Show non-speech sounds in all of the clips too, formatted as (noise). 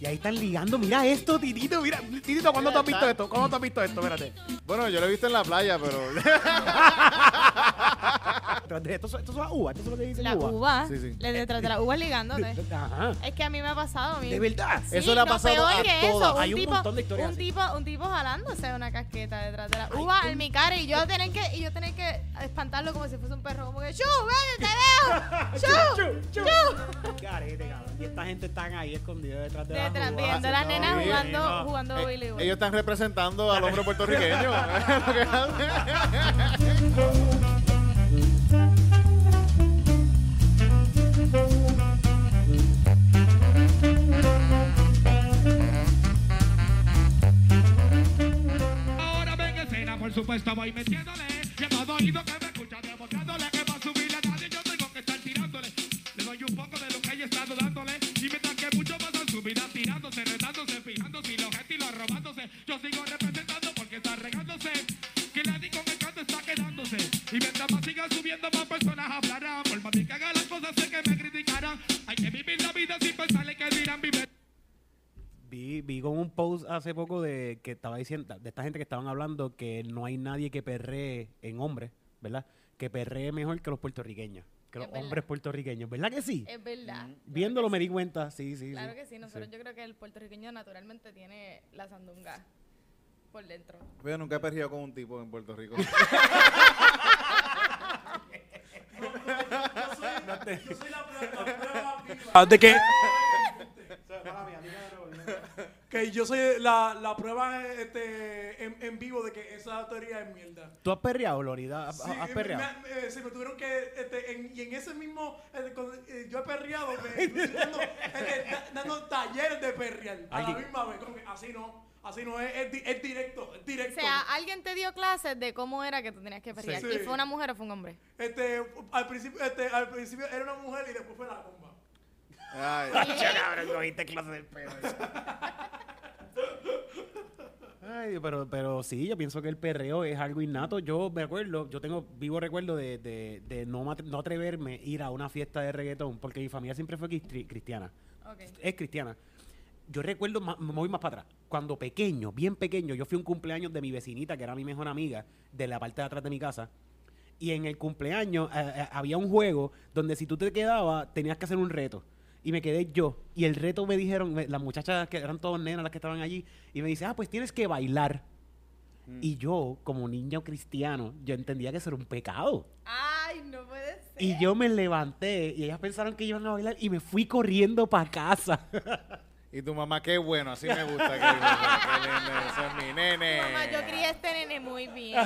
Y ahí están ligando. Mira esto, Titito. Mira, Titito, ¿cuándo tú has visto esto? ¿Cuándo tú has visto esto? Espérate. Bueno, yo lo he visto en la playa, (laughs) pero. Tras de Ah, Esto, son- esto son las uvas. Esto es lo que dicen La uvas. uva. Sí, sí. Le detrás de la uva ligándote. Ajá. Es que a mí me ha pasado. A mí. De verdad. Sí, Eso le ha no, pasado peor a que eso, todas. un Hay un tipo- montón de historias Un así. tipo, un tipo jalándose una casqueta detrás de la uva en mi cara y yo tener que, y yo tener que espantarlo como si fuese un perro, como que ¡Chu! ¡Ven, te veo! (laughs) ¡Chu! (laughs) ¡Chu! Garete, cabrón. Y esta gente están ahí escondida detrás de las Detrás, uvas. viendo a las haciendo nenas ahí, jugando, ma. (laughs) jugando Eh, voleibol. ellos están representando al hombre (laughs) puertorriqueño. (laughs) Lo que hacen. Ahora ven escena, por supuesto voy metiéndole. Y a todo oído que me escucha demostrándole que va a subir la radio, yo tengo que estar tirándole. Le doy un poco de lo que haya estado dándole. Y mientras que muchos pasan su vida tirándose, retándose, fijándose y los gentilos robándose. Yo sigo representando porque está regándose. Que la digo que canto está quedándose. Y mientras más sigan subiendo, más personas hablarán. Por más que haga las cosas, sé que me criticarán. Hay que vivir la vida sin pensarle que dirán vivir. Vi, vi con un post hace poco de que estaba diciendo, de esta gente que estaban hablando que no hay nadie que perree en hombres, ¿verdad? Que perree mejor que los puertorriqueños, que los Es verdad. hombres puertorriqueños, ¿verdad que sí? Es verdad. Viéndolo me di cuenta, sí, sí. Claro sí. que sí, nosotros yo creo que el puertorriqueño naturalmente tiene la sandunga por dentro. Pues Yo nunca he perdido con un tipo en Puerto Rico. Ah, de que que yo soy la, la prueba este, en, en vivo de que esa teoría es mierda. ¿Tú has perreado, Lorida? ¿Has, Sí, has me- perreado? me- eh, sí, me tuvieron que. este, en- y en ese mismo. eh, cuando, eh, yo he perreado. me- me estoy dando, eh, da- dando talleres de perrear. A la Alguien- misma vez. como que así no. Así no. Es, es, di- es directo. Es O directo. sea, alguien te dio clases de cómo era que tú tenías que perrear. Sí. ¿Y fue una mujer o fue un hombre? este, al, principio, este, al principio era una mujer y después fue la bomba. (laughs) Ay, Ay, pero, pero sí, yo pienso que el perreo es algo innato. Yo me acuerdo, yo tengo vivo recuerdo de, de- de no, mat- no atreverme a ir a una fiesta de reggaetón, porque mi familia siempre fue cristri- cristiana. Ok. Es cristiana. Yo recuerdo, ma- me voy más para atrás, cuando pequeño, bien pequeño, yo fui a un cumpleaños de mi vecinita, que era mi mejor amiga, de la parte de atrás de mi casa. Y en el cumpleaños eh, eh, había un juego donde si tú te quedabas tenías que hacer un reto. Y me quedé yo. Y el reto me dijeron, me- las muchachas que eran todas nenas las que estaban allí, y me dice, ah, pues tienes que bailar. Y yo, como niño cristiano, yo entendía que eso era un pecado. Ay, no puede ser. Y yo me levanté y ellas pensaron que iban a bailar y me fui corriendo para casa. y tu mamá, qué bueno, así me gusta. Qué, qué lindo, ese es mi nene. Mamá, yo crié a este nene muy bien.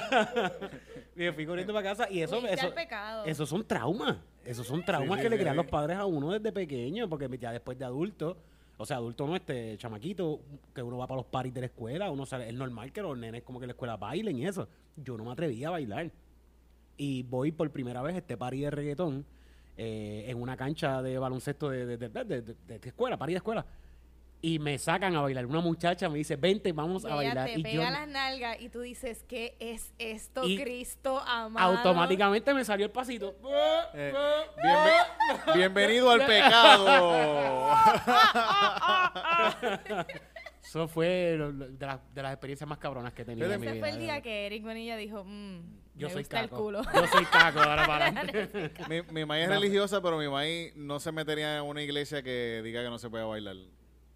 me fui corriendo para casa y eso, Huiste eso, al pecado. esos son traumas. Esos son traumas sí, que le sí, crean sí. los padres a uno desde pequeño, porque ya después de adulto, o sea, adulto no, este chamaquito, que uno va para los paris de la escuela, uno sale, es normal que los nenes como que en la escuela bailen y eso. Yo no me atreví a bailar. Y voy por primera vez a este party de reggaetón eh, en una cancha de baloncesto de, de, de- de- de- de- de escuela, party de escuela. Y me sacan a bailar. Una muchacha me dice, vente, (laughs) vamos a Ella bailar. te y pega yo- las nalgas y tú dices, ¿qué es esto, Y Cristo amado? automáticamente me salió el pasito. Eh, bienve- bienvenido al (laughs) pecado. Eso fue lo- lo- de, las- de las experiencias más cabronas que he tenido en mi Ese vida. fue el de día verdad. que Eric Bonilla dijo, mmm, yo me soy gusta caco. el culo. Yo soy caco, ahora para adelante. (laughs) mi, mi maíz es religiosa, pero mi maíz no se metería en una iglesia que diga que no se puede bailar.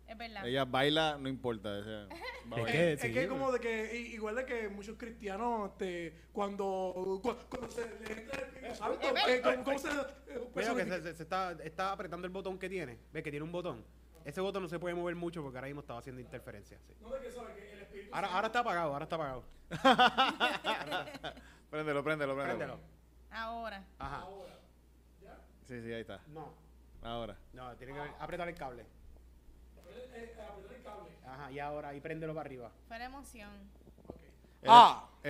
es verdad. Ella baila, no importa. o (laughs) sea, va a ¿De bailar. qué? Es Sí, que pero- como de que, i- igual de que muchos cristianos, este, cuando, cu- cuando se le entra el Espíritu Santo, que como- como se- eh, personifica- está, apretando el botón que tiene. Ve que tiene un botón. Ese botón no se puede mover mucho porque ahora mismo estaba haciendo interferencias. No, de que sabe que el Espíritu Ahora, está apagado, ahora está apagado. Préndelo, préndelo, préndelo. Ahora. Ajá. Sí, sí, ahí está. No, Ahora. no, tiene que apretar el cable. Ajá, y ahora, y préndelo para arriba. Fue la emoción. El,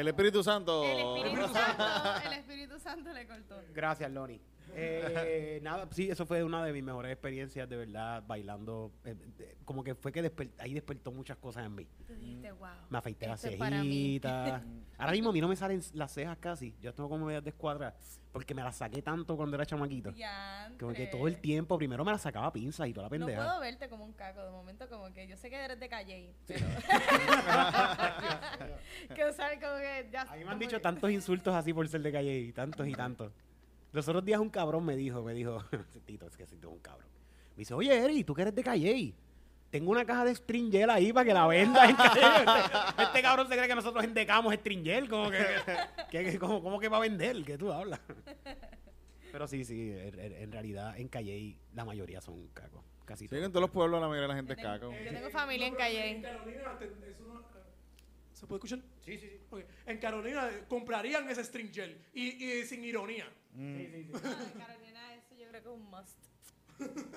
El Espíritu Santo. Oh, El Espíritu Santo, el Espíritu Santo le cortó. Gracias, Loni. (laughs) Eh, nada, sí, eso fue una de mis mejores experiencias, de verdad, bailando. Eh, eh, como que fue que desper- ahí despertó muchas cosas en mí. Tú dijiste, wow. Me afeité las esto es para mí. (laughs) cejitas. Ahora mismo a mí no me salen las cejas casi. Yo tengo como medias de escuadra porque me las saqué tanto cuando era chamaquito. Como que todo el tiempo, primero me las sacaba pinzas y toda la No pendeja. puedo verte como un caco, de momento como que yo sé que eres de calle, pero (laughs) que usar como que ya A mí me como han dicho que- tantos insultos así por ser de calle y tantos y tantos. Los otros días un cabrón me dijo, me dijo, (laughs) Tito, es que si tú eres un cabrón. Me dice, oye, Eri, tú que eres de calle. Tengo una caja de stringel ahí para que la vendas en Calle". (laughs) Este, este cabrón se cree que nosotros endecamos stringel. Como que, que- que- como, como que va a vender, que tú hablas. Pero sí, sí, en, en- en realidad en Calle la mayoría son cacos. Casi Sí, que en todos. todos los pueblos la mayoría de la gente Yo es tengo- caco. Yo eh, tengo familia en Calle. Calle. Carolina, te- eso no- eh, ¿se puede escuchar? Sí, sí, sí. En Carolina eh, comprarían ese string gel y, y sin ironía. Carolina, eso yo creo que es un must.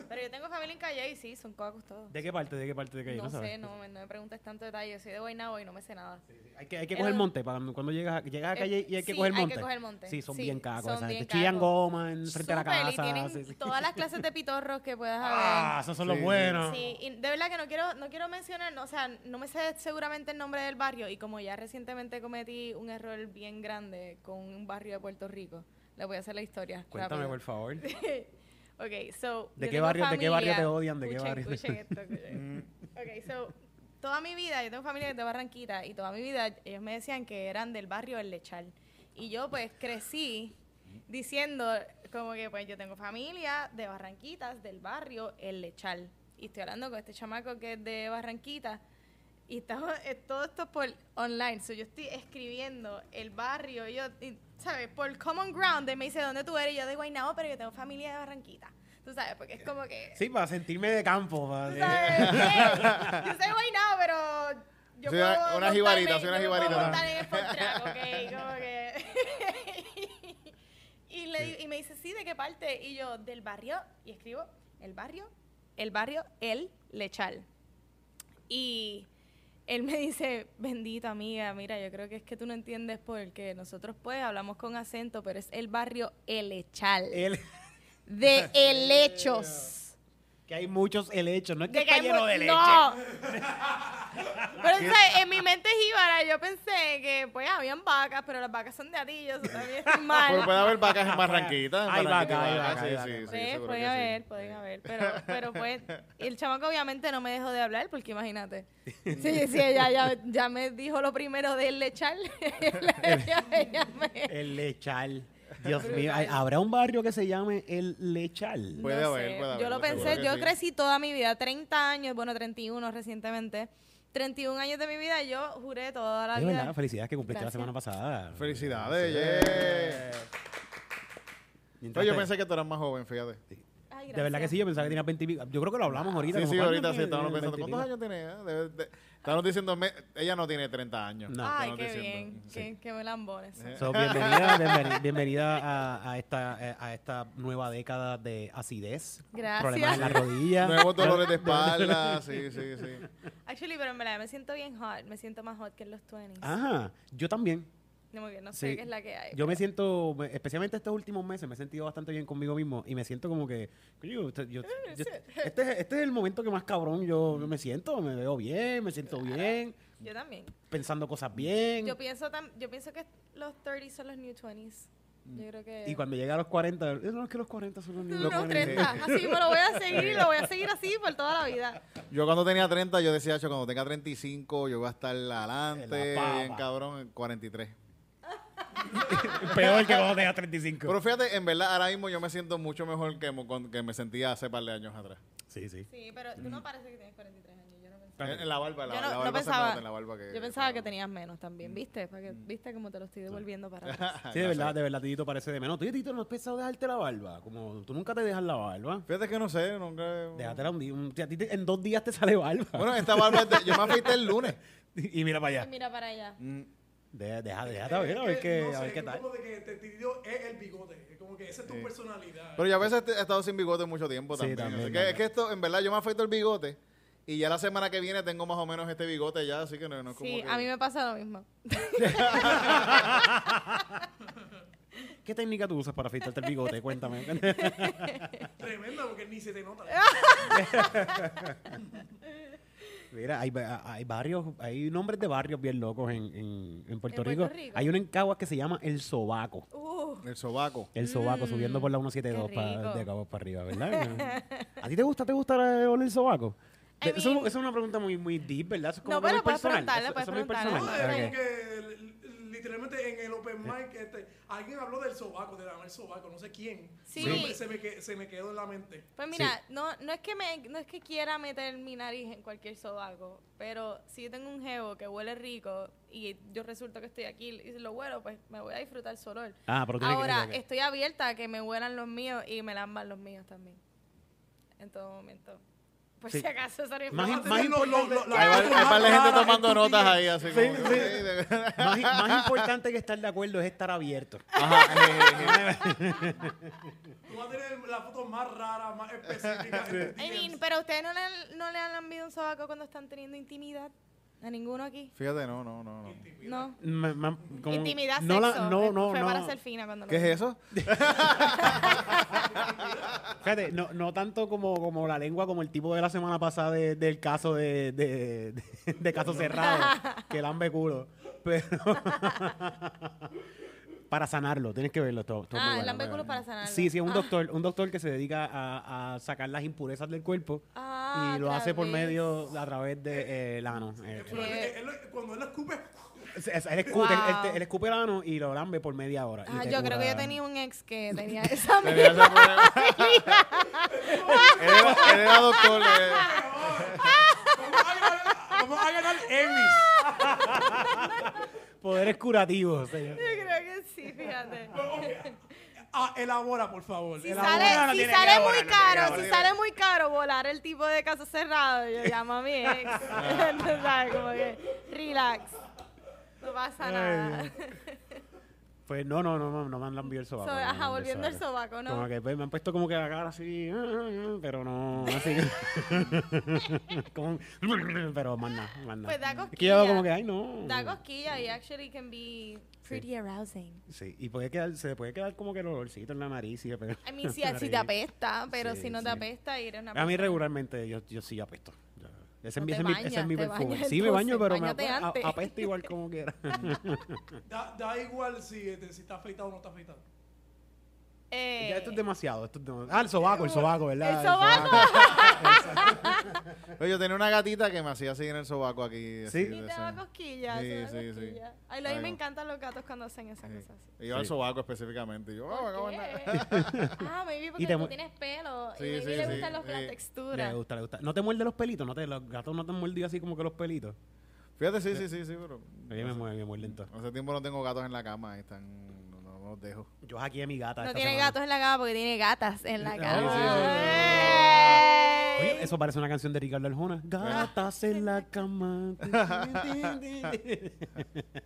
Pero yo tengo familia en Calle y sí, son cacos todos. ¿De qué parte? ¿De qué parte de Calle? No sabes? sé, no, me- no me preguntes tanto detalle. Yo soy de Guaynabo y no me sé nada. Hay que, hay que Era coger un- monte para cuando llegas a, llegas a Eh, calle y hay que sí, coger hay que monte. coger monte. Sí, son Sí, bien cacos son esa bien gente. Chillan cacos. goma en frente a la Súper, y casa. tienen sí, sí. todas las clases de pitorros que puedas haber. Ah, esos son los Sí, buenos. Sí, y de verdad que no quiero, no quiero mencionar, o sea, no me sé seguramente el nombre del barrio y como ya recientemente cometí un error bien grande con un barrio de Puerto Rico, le voy a hacer la historia. Cuéntame, rápido. (laughs) por favor. Ok, so. ¿De yo qué tengo barrio- de qué barrio te familia- odian? ¿De qué Escuchen, barrio? escuchen esto, (laughs) Mm. escuchen esto. Ok, so. Toda mi vida, yo tengo familia que es de Barranquita y toda mi vida ellos me decían que eran del barrio El Lechal. Y yo, pues, crecí diciendo, como que, pues, yo tengo familia de Barranquitas, del barrio El Lechal. Y estoy hablando con este chamaco que es de Barranquita. Y estamos, eh, todo esto por online. So, yo estoy escribiendo el barrio. y Yo, y, ¿sabes? Por Common Ground. Él me dice, ¿dónde tú eres? Y yo de Guaynabo, pero yo tengo familia de Barranquita. Tú sabes, porque es como que... Sí, para sentirme de campo. eh, para- tú sabes, hey, yo soy de Guaynabo, pero... Yo Soy puedo una montarme- jibarita, soy yo una me puedo jibarita. montar en el Ford Track, ok, como que- (laughs) y, le digo- y me dice, sí, ¿de qué parte? Y yo, del barrio. Y escribo, el barrio, el barrio, el lechal. Y él me dice, bendito amiga, mira, yo creo que es que tú no entiendes porque nosotros pues hablamos con acento, pero es el barrio Elechal. (laughs) El- de helechos. que hay muchos helechos. No es que De que está hay lleno mu- de leche. (laughs) No. pero ¿sabes? en mi mente jíbara yo pensé que pues habían vacas, pero las vacas son de atillos, eso también es mal. Pero puede haber vacas en Barranquita. en Hay Barranquita, vaca, hay vacas, vaca, sí, hay vaca. sí, sí, Pues, seguro que puede sí. haber, pueden haber, pero, pero pues el chamaco obviamente no me dejó de hablar porque imagínate. Sí, sí, ella ya, ya me dijo lo primero de él echar. ella- (laughs) ella (laughs) me- El lechal. Dios mío, ¿hay- ¿habrá un barrio que se llame el lechal? Puede haber, sé, puede Yo haber, lo seguro pensé, que yo sí. crecí toda mi vida, 30 años, bueno, 31 recientemente. 31 años de mi vida, yo juré toda la Es vida. verdad, felicidades que cumpliste Gracias. la semana pasada. Felicidades, yeah. Mientras Oye, yo te- pensé que tú eras más joven, fíjate. Ay, De verdad que gracias. sí, yo pensaba que tenías 20 y pico. Yo creo que lo hablamos ahorita. Sí, como, eh, sí, ahorita ¿cuántos sí tienes? estábamos pensando, 20 y pico. ¿cuántos años tiene ella? Debe- de- Estábamos diciendo, me- ella no tiene 30 años. No. Ay, Estábamos qué diciendo. bien, qué, qué melambones. Eh. So, bienvenida bienveni- bienvenida a, a esta, eh, a esta nueva década de acidez. Gracias. Problemas en la rodilla. (laughs) Nuevos dolores de espalda, sí, sí, sí. Actually, pero en verdad me siento bien hot, me siento más hot que en los 20s. Ah, Ajá, yo también. No, muy bien, no Sí. sé qué es la que hay. Yo me pero- siento, me- especialmente estos últimos meses, me he sentido bastante bien conmigo mismo y me siento como que, coño, este- Eh, yo- yo- este, es- este es el momento que más cabrón yo me siento, me veo bien, me siento bien, Yo también. pensando cosas bien. Yo pienso, tam- yo pienso que los 30s son los new 20s. Mm. Yo creo que... Y cuando llegue a los 40, eh, no es que los 40 son los No, niños. los 30. eh. Así me lo voy (laughs) a seguir y lo voy a seguir así por toda la vida. Yo cuando tenía 30, yo decía, "Acho, cuando tenga 35, yo voy a estar adelante, En la pava. bien cabrón, en 43. (laughs) Peor que cuando tengas 35. Pero fíjate, en verdad, ahora mismo yo me siento mucho mejor que, mo- con- que me sentía hace par de años atrás. Sí, sí. Sí, pero tú no parece que tienes 43 años. Yo no pensaba. En, en la barba, Mm. la, Yo no- la no barba se pensaba- nota en la barba que, Mm. Yo pensaba que tenía tenías menos también, ¿viste? Para que- ¿Viste cómo te lo estoy devolviendo (laughs) para atrás? Sí, de verdad, de verdad, Tito parece de menos. Tú, Tito, no has pensado dejarte la barba. Como tú nunca te dejas la barba. Fíjate que no sé, nunca... Déjatela un día. un- si a ti te- en dos días te sale barba. (laughs) Bueno, esta barba, es de- yo me afeité el lunes. y mira para Ay, allá. mira para allá. De- deja, déjate a ver, a ver qué, no a sé, ver qué tú tal. Como de que te tiró es el bigote. es Como que esa es tu personalidad. Pero yo a veces he estado sin bigote mucho tiempo Sí, también. también, Así que, también. es que esto, en verdad, yo me afeito el bigote y ya la semana que viene tengo más o menos este bigote ya, así que no, no es como Sí, que- a mí me pasa lo mismo. ¿Qué técnica tú usas para afeitarte el (laughs) bigote? Cuéntame. (laughs) Tremendo, porque ni se te nota. Eh, Mira, hay, ba- hay barrios, hay nombres de barrios bien locos en, en- en Puerto, ¿En Puerto Rico. Rico? Hay uno en Caguas que se llama El Sobaco. Uh, El sobaco. El sobaco Mm, subiendo por la 172 qué pa- rico. de Caguas para arriba, (laughs) ¿verdad? ¿A ti te gusta, te gusta eh, oler el sobaco? I Te- eso, mean- eso es una pregunta muy, muy deep, ¿verdad? Eso es como No, que muy pero puedes personal. preguntarla, Eso- puedes eso es muy preguntarla. No, es Ah, personal. como Ok. que l- literalmente en el open mic este, alguien habló del sobaco, de lamer sobaco, no sé quién. Sí. Pero me- Se, me, que- se me quedó en la mente. pues mira, no, no es que me, no es que quiera meter mi nariz en cualquier sobaco, pero si yo tengo un geo que huele rico y yo resulta que estoy aquí y lo huelo, pues me voy a disfrutar su olor. Ah, pero tiene que- Ahora, eh. ok. estoy abierta a que me huelan los míos y me lamban los míos también. En todo momento. Por Sí. si acaso esa era mi Más forma. in- más importante- Hay va- hay par de gente tomando notas ahí, así como. que- Más, i- (laughs) más importante que estar de acuerdo es estar abierto. Ajá, jejeje. Tú vas a tener la foto más rara, más específica. en tus I mean, DMs. pero ustedes no le, han- no le han lambido un sobaco cuando están teniendo intimidad. A ninguno aquí. Fíjate, no, no, no. no. No. Me- me- como- intimidad, no la- sexo. eh, no, no, Fue no. para ser fina cuando ¿Qué es eso? Fíjate, no, no tanto como, como la lengua, como el tipo de la semana pasada de- del caso de, de, de- de caso (laughs) cerrado, que lambe culo. Pero (laughs) para sanarlo, tienes que verlo todo. todo Ah, muy el bueno, lambe muy culo para bueno. sanarlo. Sí, sí, un Ah. doctor, un doctor que se dedica a, a sacar las impurezas del cuerpo Ah, y lo hace por otra vez. medio a través de eh, el ano. Eh, Pero él- Eh. él- él- cuando él lo escupe, es- es- él, escupe, Wow. él te- él escupe el ano y lo lambe por media hora. y Ah, te yo creo que cura. yo tenía un ex (laughs) que tenía esa Tenía ese misma problema. habilidad. Él era- él era doctor. eh. vamos a ganar, vamos a ganar Emmys. Poderes curativos, (laughs) señor. Yo creo que sí, fíjate. (laughs) Ah, elabora, por favor. Si elabora. sale, abogado no si tiene sale que abogar, muy no tiene que caro, abogar. si sale muy caro volar el tipo de caso cerrado, yo llamo a mi ex. (laughs) Ah. (laughs) Tú sabes, como que, relax. No pasa Ay, nada. Dios. Pues no, no, no, no, no me han lambido el sobaco. So- no me ajá, han lambido volviendo al sobaco, ¿no? Como que pues, me han puesto como que la cara así, ah, pero no, (laughs) así. que- como, pero más nada, más nada. Pues da Es que yo hago cosquilla. como que, ay, (laughs) no. Da cosquilla y actually can be pretty arousing. Sí, y puede quedar, se puede quedar como que el olorcito en la nariz. Y I (laughs) mean, si, si te apesta, pero Sí, si no te sí. apesta, ir a una A mí persona- regularmente yo, yo sí apesto. Yo- Ese, No es te mi- ese es mi- bañas, ese es mi te perfume. bañas sí, me baño, entonces, pero me báñate apu- a- antes. apesto igual como quiera. (laughs) Da, da igual si, este, si está afeitado o no está afeitado. Eh, ya esto es demasiado. Esto es demasiado. Ah, el sobaco, el sobaco, ¿verdad? ¡El sobaco! Oye, Yo tenía una gatita que me hacía así en el sobaco aquí. así, ¿Sí? de Y te esa- ¿eh? da cosquillas. Sí, te da sí, sí. cosquillas. Ay, a mí Algo. me encantan los gatos cuando hacen esas Sí. cosas así. Y Yo al Sí. sobaco específicamente. y Yo, ah, ¿Por bueno, qué? nada. (laughs) ah, maybe porque te mu- tú tienes pelo. Sí, y maybe sí, Eh, le sí, gustan los- sí. la Le textura. gusta, le gusta. ¿No te muerde los pelitos? ¿No te, ¿Los gatos no te han mordido así como que los pelitos? Fíjate, sí, sí, sí, sí, pero. A mí me muerde, me muerden todo. Hace tiempo no tengo gatos en la cama, ahí están. No, no, no los dejo. Yo aquí a mi gata. No esta tiene semana. gatos en la cama porque tiene gatas en la Sí, cama. sí, sí, sí. ¡Ey! Oye, eso parece una canción de Ricardo Arjona. Ah. Gatas (laughs) en la cama. (laughs)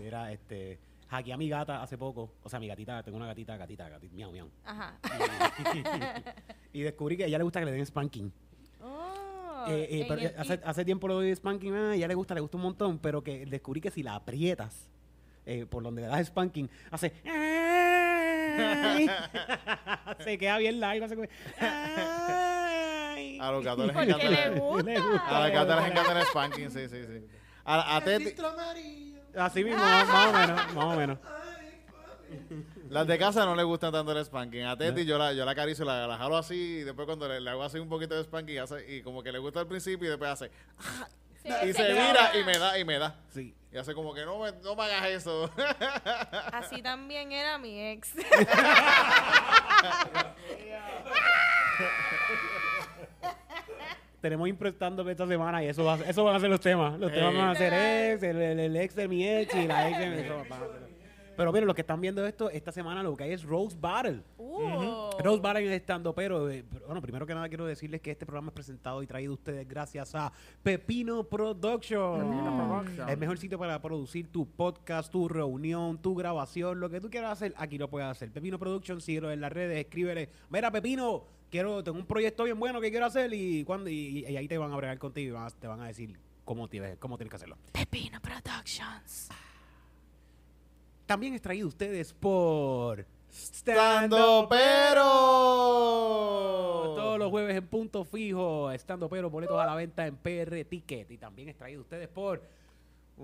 Mira, este. Hackeé a mi gata hace poco. O sea, mi gatita, tengo una gatita, gatita, gatita, miau, miau. Ajá. Eh, Y descubrí que a ella le gusta que le den spanking. Oh, Eh, eh, en pero el- (laughs) hace, hace tiempo lo doy spanking, ah, ya le gusta, le gusta un montón, pero que descubrí que si la aprietas eh, por donde le das spanking, hace. "Ay". (laughs) se queda bien largo. hace como, (laughs) "Ay". A los gatos (laughs) les Porque encanta. le la- gusta. A las gatas les encanta el spanking, sí, sí, sí. A, a El Teti- filtro amarillo. Así mismo, más, más o menos, más o menos. Ay, papi. las de casa no les gusta tanto el spanking. A Teti yo la, yo la acaricio, la, la jalo así y después cuando le, le hago así un poquito de spanking hace, y como que le gusta al principio y después hace. y se vira y me da, y me da. Sí. Y hace como que no me, no me hagas eso. Así también era mi (laughs) ex. Tenemos imprestando esta semana y eso, va, a- eso van a ser los temas. Los temas Eh. van a ser ex, el, el- el ex de mi ex y la ex de mi eso va a ser. Pero miren, los que están viendo esto, esta semana lo que hay es Rose Battle. Uh. Rose Barra en estando, pero eh, pr- bueno, primero que nada quiero decirles que este programa es presentado y traído a ustedes gracias a Pepino Production. El mejor sitio para producir tu podcast, tu reunión, tu grabación, lo que tú quieras hacer, aquí lo puedes hacer. Pepino Production, síguelo en las redes, escríbele, mira Pepino, quiero tengo un proyecto bien bueno que quiero hacer y cuando y, y ahí te van a bregar contigo y van a- te van a decir cómo tienes cómo tienes que hacerlo. Pepino Productions. También es traído ustedes por (laughs) Estando pero. Todos los jueves en punto fijo, estando pero boletos a la venta en PR Ticket. Y también es traído ustedes por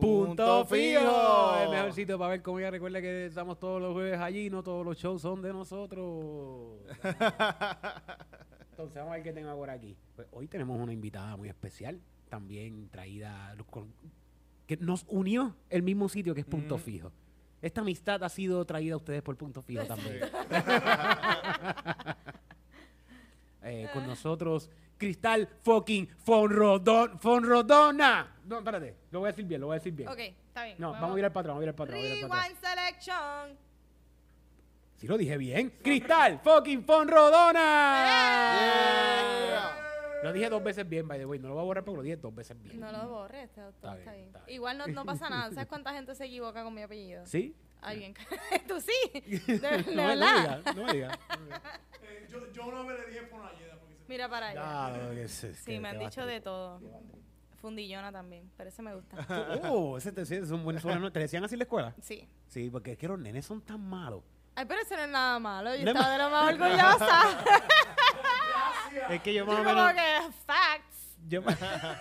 Punto Fijo, el mejor sitio para ver comida. Recuerda que estamos todos los jueves allí, no todos los shows son de nosotros. Entonces, vamos a ver qué tengo por aquí. Pues hoy tenemos una invitada muy especial, también traída, con- que nos unió el mismo sitio que es Punto Mm. Fijo. Esta amistad ha sido traída a ustedes por Punto Fijo también. (laughs) Eh, con nosotros, Cristal fucking Fonrodon, Fonrodona. No, espérate, lo voy a decir bien, lo voy a decir bien. Ok, está bien. No, vamos a ir al patrón, vamos a ir al patrón. Vamos a ir al patrón. Rewind Selection. Sí lo dije bien. Cristal fucking Fonrodona. Yeah. Lo dije dos veces bien, by the way. No lo voy a borrar porque lo dije dos veces bien. No lo borres, todo está, bien, bien. está bien. Igual no, no pasa (laughs) nada. ¿Sabes cuánta gente se equivoca con mi apellido? ¿Sí? Ay, bien. (laughs) Tú sí. (laughs) De, de No, me- no me verdad. digas, (laughs) no me digas. Eh, yo, yo una vez le dije por Ayeda porque se Mira para allá. Ah, no, es- es Sí, que me han te dicho vas- de todo. Fundillona también, pero ese me gusta. (laughs) Oh, ese te, ese es un buen suena, ¿no? ¿Te decían así en la escuela? Sí. Sí, porque es que los nenes son tan malos. Ay, pero eso no es nada malo. Yo No es estaba de lo (laughs) más orgullosa. Es que yo (laughs) Yo más o como menos... que, facts. Yo me- (laughs)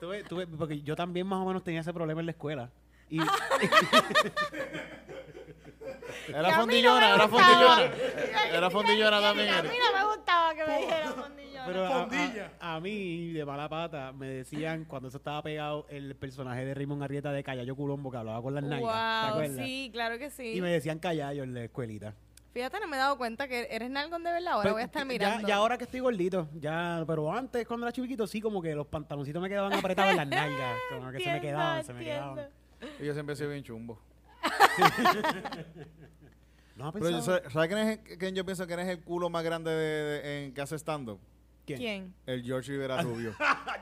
tuve, tuve- porque yo también más o menos tenía ese problema en la escuela. Y Que (laughs) a mí Era no fondillona, me era gustaba. (laughs) fondillona. Era fondillona también. A Eric. mí no me gustaba que me dijeran fundillona. pero a, Fondilla. a- a mí, de mala pata, me decían cuando eso estaba pegado el personaje de Raymond Arrieta de Callayo Culombo que hablaba con las nalgas. ¿te wow, acuerdas? sí, claro que sí. Y me decían Callayo en la escuelita. Fíjate, no me he dado cuenta que eres nalgón de verdad. Ahora Pero voy a estar Pues, ya- mirando. Ya, ahora que estoy gordito, ya, pero antes cuando era chiquito sí como que los pantaloncitos me quedaban apretados en las nalgas, como que se me Entiendo, quedaban, se me entiendo. quedaban. Y yo siempre soy bien chumbo. No, ha Pero yo, pensado- soy- ¿sabes quién es el- quién yo pienso que eres el culo más grande de- de- en que hace stand-up? ¿Quién? ¿Quién? El George (laughs) Rivera Rubio.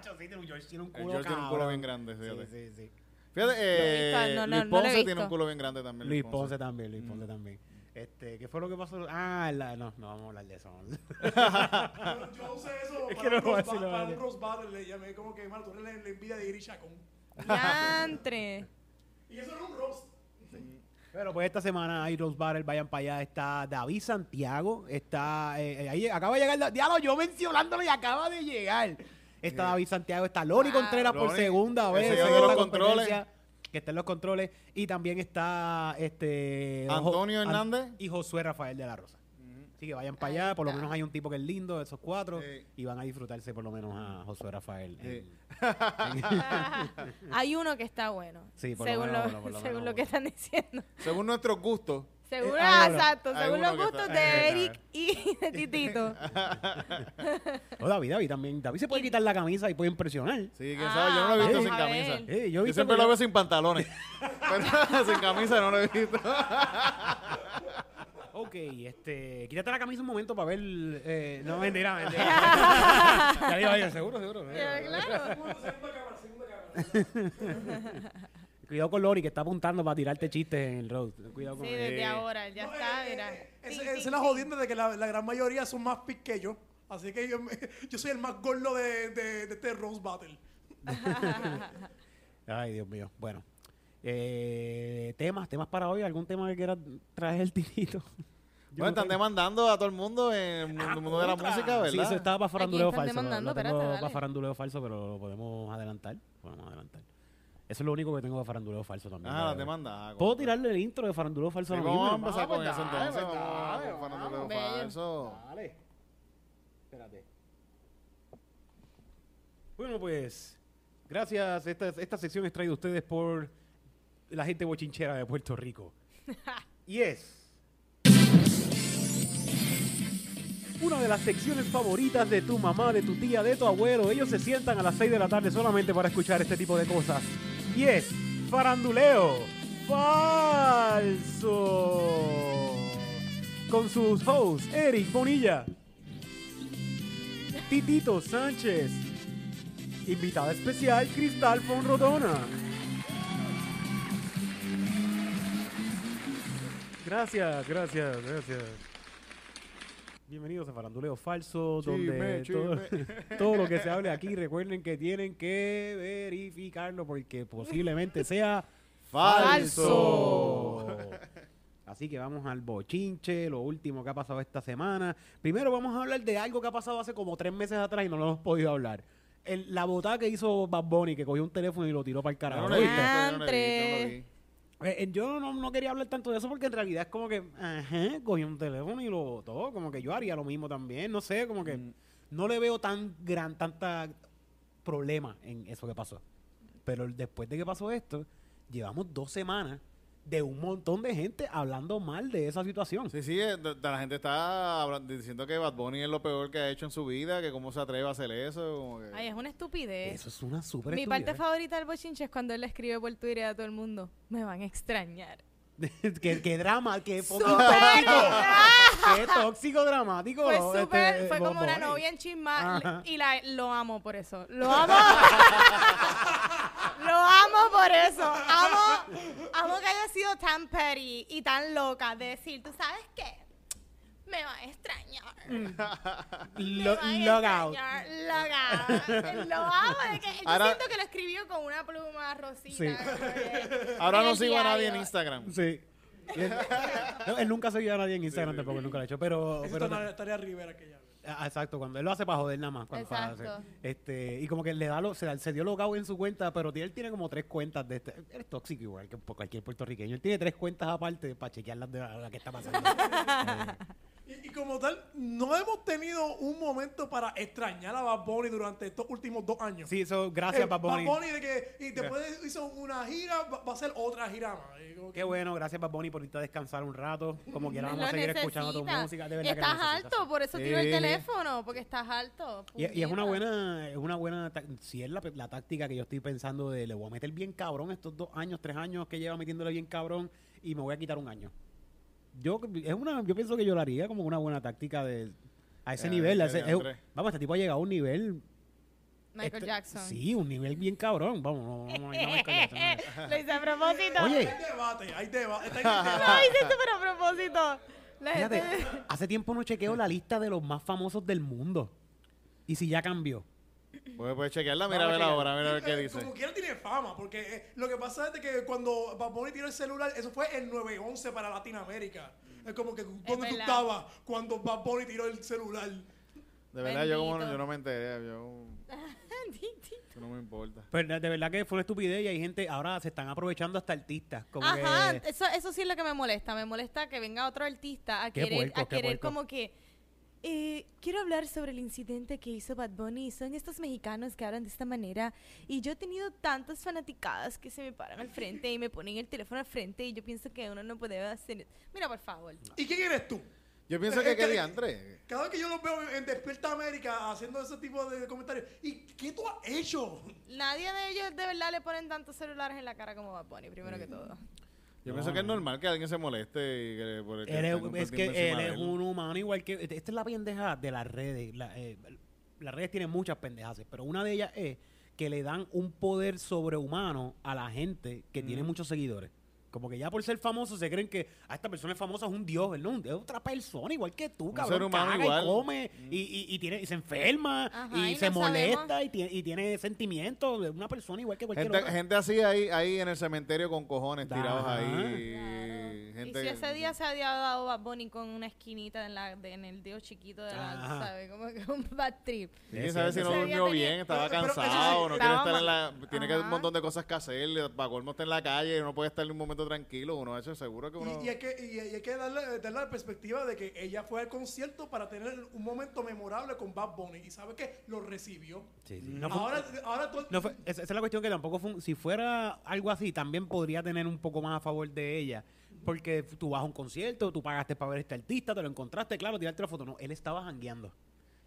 Yo sí, tiene un George, tiene un El culo George tiene un culo cabrón. bien grande, fíjate. Sí, sí, sí. Fíjate, eh, Luis no, no, no lo he Ponce tiene visto. un culo bien grande también. Luis Ponce también, Luis Mm. Ponce también. Este, ¿qué fue lo que pasó? Ah, la, no, no vamos a hablar de eso. vamos a hablar- Yo, yo usé eso (laughs) Es que para, no voy a un decir roast nada. ba- para un roast battle. Le llamé como que, mano, tú eres la, la envidia de Iri Chacón. Yantre. Y eso era un roast. (laughs) Pero pues esta semana hay Rose Battle, vayan para allá. Está David Santiago, está. eh, eh, ahí acaba de llegar. Da- Diablo, yo mencionándolo y acaba de llegar. Está David Santiago, está Lori Wow. Contreras por Ah, Lori, segunda el vez. señor en de los esta controles. competencia, Que está en los controles. Y también está este. Jo- Antonio An- Hernández. Y Josué Rafael de la Rosa. Así que vayan para Ahí allá, por lo está. menos hay un tipo que es lindo de esos cuatro Sí. y van a disfrutarse por lo menos a Josué Rafael. en- Sí. Hay uno que está bueno. Sí, por lo según menos lo, uno, por lo (laughs) según menos Eh, lo que uno. están diciendo. Según nuestros gustos. Según, hay ah, uno. exacto, Hay según uno los que gustos está- de Ahí Eric y de (laughs) Titito. Oh, David, David también. David se puede quitar la camisa y puede impresionar. Sí, quién sabe, yo no lo he Ah, visto vamos sin a camisa. ver. Eh, yo he Yo visto siempre que- lo veo sin pantalones. (laughs) Pero (laughs) sin camisa no lo he visto. Ok, este, quítate la camisa un momento para ver. eh, no, mentira, (laughs) mentira. ya le iba a decir, seguro, seguro. Pero claro. Bueno, segunda cámara, segunda cámara. Cuidado con Lori que está apuntando para tirarte chistes en el road. Cuidado con Sí, él. Eh. desde ahora, ya No, está, eh, eh, mira. eh, Sí, Esa sí, esa es la sí. jodienda de que la, la gran mayoría son más pis que yo. Así que yo, me- (laughs) yo soy el más gordo de, de, de este Rose Battle. Ay, Dios mío. Bueno. Eh, temas, temas para hoy. ¿Algún tema que quieras traer (laughs) el tirito? Bueno, están demandando a todo el mundo en el mundo, mundo de la música, ¿verdad? Ah, Sí, eso estaba para faranduleo están falso. lo- demandando? Lo tengo Espérate, para dale. faranduleo falso, pero lo podemos adelantar. Podemos adelantar. Eso es lo único que tengo de faranduleo falso Ah, también. by la the way. demanda. Ah, ¿Puedo como- tirarle el intro de faranduleo falso? Sí, ahora mismo, vamos a empezar hermano? con Ah, eso pues entonces. dale, pues Vamos dale, con faranduleo vamos. Bello. falso. Dale. Espérate. Bueno, pues, gracias. Esta, esta sección es traída a ustedes por la gente bochinchera de Puerto Rico. y es una de las secciones favoritas de tu mamá, de tu tía, de tu abuelo. Ellos se sientan a las 6 de la tarde solamente para escuchar este tipo de cosas. Y es faranduleo falso. Con sus hosts, Eric Bonilla, Titito Sánchez, invitada especial, Cristal Fonrodona. Gracias, gracias, gracias. Bienvenidos a Faranduleo Falso, donde Chisme, todo- todo (laughs) lo que (laughs) se hable aquí, recuerden que tienen que verificarlo porque posiblemente sea Falso. Así que vamos al bochinche, lo último que ha pasado esta semana. Primero vamos a hablar de algo que ha pasado hace como tres meses atrás y no lo hemos podido hablar. El- la botada que hizo Bad Bunny, que cogió un teléfono y lo tiró para el Yo no carajo. lo he visto, yo no lo he Diantre. visto, Eh, eh, yo no, no quería hablar tanto de eso porque en realidad es como que, ajá, cogió un teléfono y lo botó. Como que yo haría lo mismo también. No sé, como que no le veo tan gran, tanta problema en eso que pasó. Pero después de que pasó esto, llevamos dos semanas de un montón de gente hablando mal de esa situación. Sí, sí, eh, da- da- la gente está habla- diciendo que Bad Bunny es lo peor que ha hecho en su vida, que cómo se atreve a hacer eso. como que- Ay, es una estupidez. Eso es una súper Mi parte estupidez. favorita del bochinche es cuando él le escribe por Twitter a todo el mundo. Me van a extrañar. (laughs) qué, qué drama, qué (laughs) poco ¡Súper tóxico. drama! qué tóxico dramático. Fue este, súper, fue Bob como una Bunny. novia en Ajá. chisma y la, lo amo por eso. Lo amo. (laughs) lo amo por eso. Amo, amo que haya sido tan petty y tan loca de decir, ¿tú sabes qué? Me va a extrañar. Me Lo- va a log out. extrañar, Log out. Lo amo. de que, yo Ahora- siento que lo escribió con una pluma rosita. Sí. como (laughs) que- Ahora en no el sigo a nadie en diario. Instagram. Sí. (laughs) Él, no, él nunca seguía a nadie en Instagram tampoco, nunca lo ha hecho. Pero, Eso pero es tarea- tarea Rivera que ya. Ah, exacto, cuando él lo hace para joder nada más. cuando- para hacer- Exacto. este, y como que le da lo, se, da- se dio logado en su cuenta, pero tiene- él tiene como tres cuentas de este. Él es tóxico igual que un poco cualquier puertorriqueño. Él tiene tres cuentas aparte para chequear las de la, la que está pasando. Y, y como tal, no hemos tenido un momento para extrañar a Bad Bunny durante estos últimos dos años. sí, eso, gracias, Eh, Bad Bunny. de que, y después hizo una gira, va, va a ser otra gira más. Y como que- Qué bueno, gracias, Bad Bunny, por irte a descansar un rato. Como quiera, vamos Lo a seguir escuchando tu necesitas. música. De verdad que lo estás necesitas. alto, por eso tiro el Sí. teléfono, porque estás alto. Y, y es puñeta. una buena, es una buena, ta- si es la, la táctica que yo estoy pensando de le voy a meter bien cabrón estos dos años, tres años que lleva metiéndole bien cabrón y me voy a quitar un año. Yo es una, yo pienso que yo lo haría como una buena táctica de a ese Ya, nivel. a ya, ese- ya, es- Andrés. vamos, este tipo ha llegado a un nivel. Michael este- Jackson. Sí, un nivel bien cabrón. Vamos, no, no, no, no, Michael Jackson, (laughs) no. Lo hice a propósito. Oye. Hay debate, hay debate. (laughs) Está en el Lo debate. hice súper a propósito. La Fíjate, (laughs) gente- hace tiempo no chequeo la lista de los más famosos del mundo. Y si ya cambió. Pues puedes chequearla, mira a Vamos a ver chequearla. ahora, mira a ver (laughs) qué Eh, dice. Como quiera tiene fama, porque eh, lo que pasa es de que cuando Bad Bunny tiró el celular, eso fue el 911 para Latinoamérica. Es como que ¿dónde tú verdad. estabas cuando Bad Bunny tiró el celular? De verdad, yo como no, Bendito. yo no me enteré, yo eso no me importa. Pero de verdad que fue una estupidez y hay gente, ahora se están aprovechando hasta artistas. Como Ajá, que, eso, eso sí es lo que me molesta. Me molesta que venga otro artista a Qué querer, puerco, a qué querer puerco. como que... eh, quiero hablar sobre el incidente que hizo Bad Bunny. Son estos mexicanos que hablan de esta manera. Y yo he tenido tantas fanaticadas que se me paran al frente y me ponen el teléfono al frente. Y yo pienso que uno no puede hacer. Mira, por favor. ¿Y quién eres tú? Yo pienso Es que que- qué diantre. Cada vez que yo los veo en Despierta América haciendo ese tipo de comentarios, ¿y qué tú has hecho? Nadie de ellos de verdad le ponen tantos celulares en la cara como Bad Bunny, primero que todo. Yo pienso que es normal que alguien se moleste y que por el que Él es- están todo el es que tiempo encima él de es él. un humano igual que... este, Esta es la pendeja de las redes. La, eh, las redes tienen muchas pendejas, pero una de ellas es que le dan un poder sobrehumano a la gente que tiene muchos seguidores. Como que ya por ser famoso se creen que a esta persona es famosa es un dios, él no, es otra persona igual que tú, Un cabrón. ser humano caga igual. y come y, y- y tiene, y se enferma Ajá, y, y se no molesta sabemos. y tiene, y tiene sentimientos. Es una persona igual que cualquier Gente, otra. gente así ahí, ahí en el cementerio con cojones Ajá. tirados ahí. Claro. Gente y si ese que- día se había dado Bad Bunny con una esquinita en, la, de- en el dedo chiquito de la, Ajá. ¿sabes? Como que un bad trip. Tiene que saber si no Ese día durmió tenía- bien, estaba Pero- pero eso sí, cansado, no quiere estaba estar en la... Tiene que haber un Ajá. montón de cosas que hacer, para colmo está en la calle, no puede estar en un momento tranquilo, uno eso seguro que Y- uno... Y, hay que, y, y hay que darle, eh, darle la perspectiva de que ella fue al concierto para tener un momento memorable con Bad Bunny. Y sabe que lo recibió. Sí, sí. No fue- ahora, ahora todo- No fue- esa, esa es la cuestión que tampoco fue un- si fuera algo así también podría tener un poco más a favor de ella porque tú vas a un concierto tú pagaste para ver a este artista te lo encontraste claro tirarte la foto no él estaba jangueando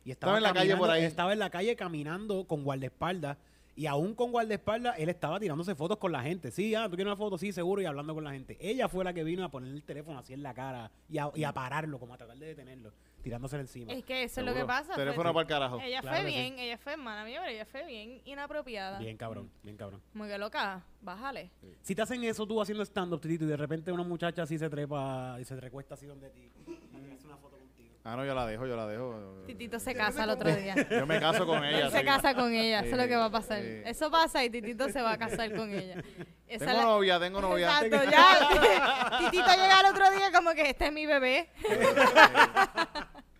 y Estaba en la calle por caminando- ahí. estaba en la calle caminando con guardaespaldas y aún con guardaespaldas él estaba tirándose fotos con la gente sí ah tú quieres una foto sí seguro y hablando con la gente ella fue la que vino a poner el teléfono así en la cara y a, y a pararlo como a tratar de detenerlo tirándose encima Es que eso es lo que seguro. pasa. fue- Teléfono para el carajo. Ella Claro fue que sí. bien, ella fue hermana mía, pero ella fue bien inapropiada. bien cabrón bien cabrón Como que loca, bájale. Si te hacen eso tú haciendo stand-up, Titito, y de repente una muchacha así se trepa y se recuesta así donde ti, y hace una foto contigo. Ah, no, yo la dejo, yo la dejo. Titito se casa el otro día. Yo me caso (laughs) con (laughs) ella. Él se sí. casa con ella, eso es lo que va a pasar. Sí. Eso pasa y Titito se va a casar (laughs) con ella. Esa Tengo la- novia, tengo novia. (laughs) Exacto, ya. (laughs) Titito llega el otro día como que este es mi bebé.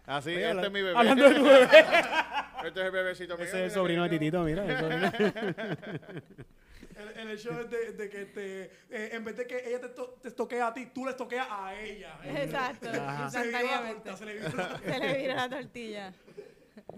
Así, Oye, este habla- es mi bebé. Hablando de tu bebé. (laughs) Este es el bebecito mío. Ese es el sobrino de Titito, mira. el sobrino. El, el hecho es de, de que este, eh, en vez de que ella te, to- te toquea a ti, tú le toqueas a ella. (laughs) Exacto, Se le vio la instantáneamente. torta, se le vio (laughs) la- Se le vira la tortilla.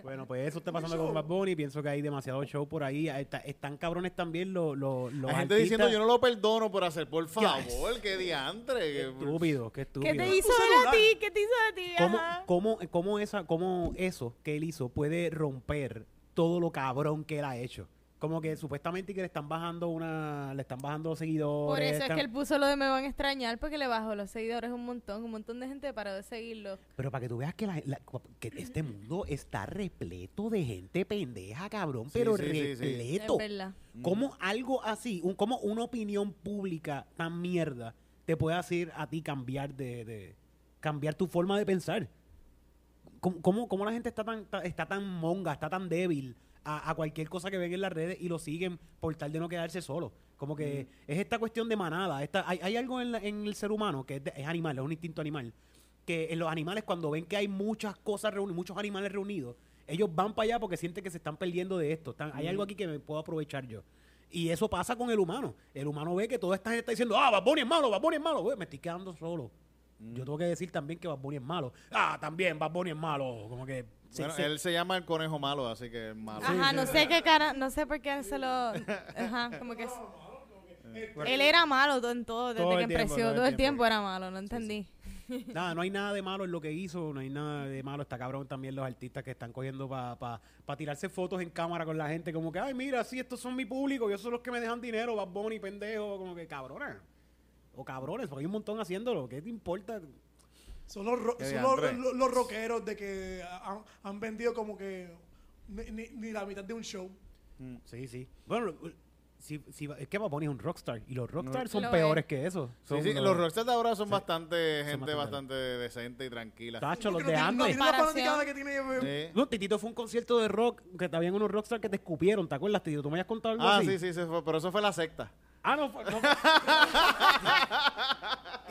Bueno, pues eso está pasando con Bad Bunny. Pienso que hay demasiado show por ahí. Está- están cabrones también los, los, los Hay gente artistas. diciendo, yo no lo perdono por hacer, por favor, qué diantre. que- Estúpido, qué estúpido. ¿Qué te hizo Tu él a celular. ti? ¿Qué te hizo a ti? ¿Cómo, Ajá. cómo, cómo esa, cómo eso que él hizo puede romper todo lo cabrón que él ha hecho? Como que supuestamente que le están bajando una, le están bajando seguidores. Por eso es están- que él puso lo de me van a extrañar porque le bajó los seguidores un montón, un montón de gente paró de seguirlo. Pero para que tú veas que, la- la- que este mundo está repleto de gente pendeja, cabrón, Sí, pero sí, sí, sí. repleto. Es verdad. ¿Cómo algo así, un, cómo una opinión pública tan mierda te puede hacer a ti cambiar de, de- cambiar tu forma de pensar? ¿Cómo, cómo- cómo la gente está tan, ta- está tan monga, está tan débil a, a cualquier cosa que ven en las redes y lo siguen por tal de no quedarse solo? Como que es esta cuestión de manada. Esta, hay, hay algo en, la- en el ser humano que es, de- es animal, es un instinto animal. Que en los animales, cuando ven que hay muchas cosas reunidas, muchos animales reunidos, ellos van para allá porque sienten que se están perdiendo de esto. Están, hay algo aquí que me puedo aprovechar yo. Y eso pasa con el humano. El humano ve que toda esta gente está diciendo, ah, Bad Bunny es malo, Bad Bunny es malo. Güey, me estoy quedando solo. Yo tengo que decir también que Bad Bunny es malo. Ah, también Bad Bunny es malo. Como que... se- Bueno, se- él se llama el conejo malo, así que es malo. Ajá, no sé qué cara, no sé por qué se lo... Ajá, como que... Eh, Él era malo to- en todo, desde Todo el que tiempo, empezó, todo, el tiempo era malo, no entendí. Nada, no hay nada de malo en lo que hizo, no hay nada de malo. Está cabrón también los artistas que están cogiendo para pa, pa tirarse fotos en cámara con la gente, como que, ay, mira, sí, estos son mi público, yo son los que me dejan dinero, Bad Bunny, pendejo, como que cabrona. O cabrones, porque hay un montón haciéndolo, ¿qué te importa? Son los, ro- Qué son los- diantre. los- los rockeros de que han, han vendido como que ni, ni- ni la mitad de un show. Sí, sí. Bueno, lo- si, si, es que Bad Bunny es un rockstar, y los rockstars son Lo peores es. que eso. Sí, Son sí, los rockstars de ahora son bastante Son gente bastante bastante- decente y tranquila. Tacho, los Porque de no tiene- no antes. tiene la Comparación. fanaticada que tiene... eh, Sí. No, Titito fue un concierto de rock, que habían unos rockstars que te escupieron, ¿te acuerdas, Titito? ¿Tú me habías contado algo Ah, así? sí, sí, se fue, pero eso fue la secta. Ah, no, fue- (laughs) no.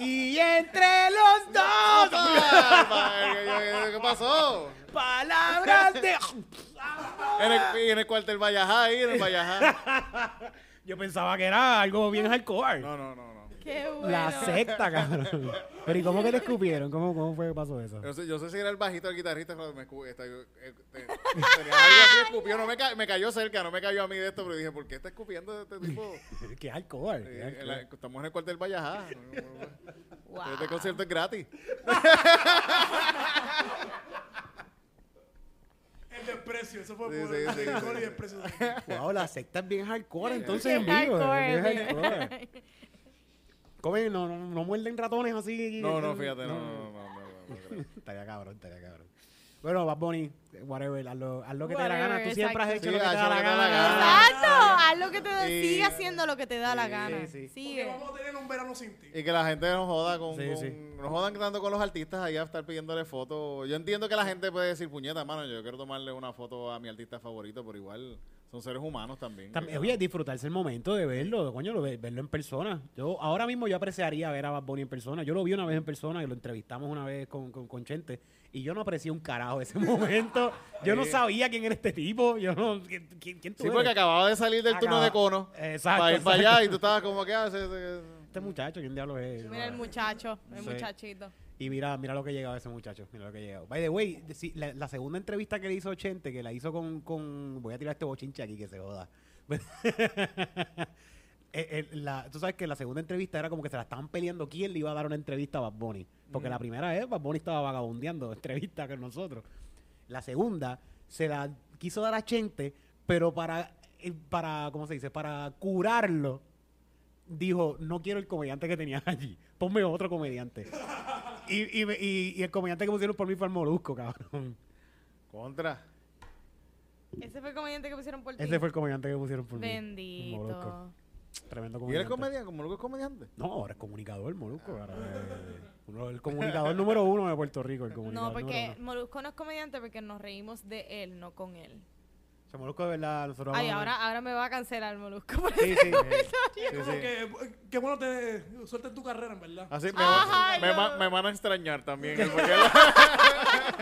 y entre los dos ¿Qué qué pasó? palabras (laughs) de. En el, y en el cuartel Vallajá, ahí en el Vallajá. Yo pensaba que era algo bien hardcore. No, no, no, no. Qué bueno. La secta, cabrón. Pero ¿y cómo que te escupieron? ¿Cómo, cómo fue que pasó eso? Yo sé, yo sé si era el bajito el guitarrista cuando me escu- esta- eh, te- tenía algo así, escupió. No me, ca- me cayó cerca, no me cayó a mí de esto, pero dije, ¿por qué está escupiendo este tipo? ¿Qué hardcore? Eh, qué en la- hardcore. estamos en el cuartel Vallajá. Wow. Este concierto es gratis. El desprecio, eso fue Sí, por sí, el sí, alcohol sí. y desprecio. Wow, la secta es bien Eh, hardcore, entonces Es en vivo. hardcore, es bien sí. hardcore. Comen, no, no, no muerden ratones así. No, no, fíjate, no, no, no, no, no, no, no creo. Estaría cabrón, estaría cabrón. Bueno, Bad Bunny, whatever, haz lo, haz lo que te dé la Whatever, gana. Tú siempre has exacto. hecho lo que Sí, te da haz la lo que te da la gana. gana. Exacto, haz lo que te da, Y- sigue haciendo lo que te da la Sí, gana. sí. Porque Sigue. vamos a tener un verano sin ti. Y que la gente nos joda con, Sí, con- sí. nos jodan tanto con los artistas ahí a estar pidiéndole fotos. Yo entiendo que la gente puede decir, puñeta, mano, yo quiero tomarle una foto a mi artista favorito, pero igual son seres humanos también. También, eh, oye, disfrutarse el momento de verlo, coño, lo ve- verlo en persona. Yo ahora mismo yo apreciaría ver a Bad Bunny en persona. Yo lo vi una vez en persona y lo entrevistamos una vez con, con, con Chente y yo no aprecié un carajo ese (laughs) momento. Yo no sabía quién era este tipo. Yo no, ¿quién, quién- quién tú Sí, porque eres? acababa de salir del turno Acaba- de cono. Exacto, Para ir para exacto. allá y tú estabas como que "Ah, haces. Este muchacho, ¿quién diablos es? Mira el muchacho, el Sí. muchachito. Y mira, mira lo que ha llegado ese muchacho. Mira lo que ha llegado. By the way, de- si- la, la segunda entrevista que le hizo Chente, que la hizo con, con- Voy a tirar este bochinche aquí que se joda. (laughs) El- el- la- tú sabes que la segunda entrevista era como que se la estaban peleando quién le iba a dar una entrevista a Bad Bunny. Porque la primera vez Bad Bunny estaba vagabundeando (laughs) entrevista con nosotros. La segunda se la quiso dar a Chente, pero para, eh, para ¿cómo se dice? Para curarlo, dijo, no quiero el comediante que tenías allí, ponme otro comediante. Y, y, me- y- y el comediante que pusieron por mí fue el Molusco, cabrón. Contra. Ese fue el comediante que pusieron por ti. Ese fue el comediante que pusieron por mí. el Molusco. Bendito. Tremendo ¿Y eres comediante. comediante? ¿Como Moluco es comediante? No, ahora es comunicador, Molusco. ahora es uno- el comunicador (laughs) número uno de Puerto Rico. El comunicador No, porque número uno. Molusco no es comediante porque nos reímos de él, no con él. O sea, Molusco de verdad, nosotros Ay, hablamos- ahora, ahora me va a cancelar Molusco. por Sí, eso. (laughs) sí. Sí, Como sí. que, eh, qué bueno te suerte en tu carrera, en verdad. Así me, Ajá, me yo- va- me van a extrañar (laughs) también. él, Porque, él-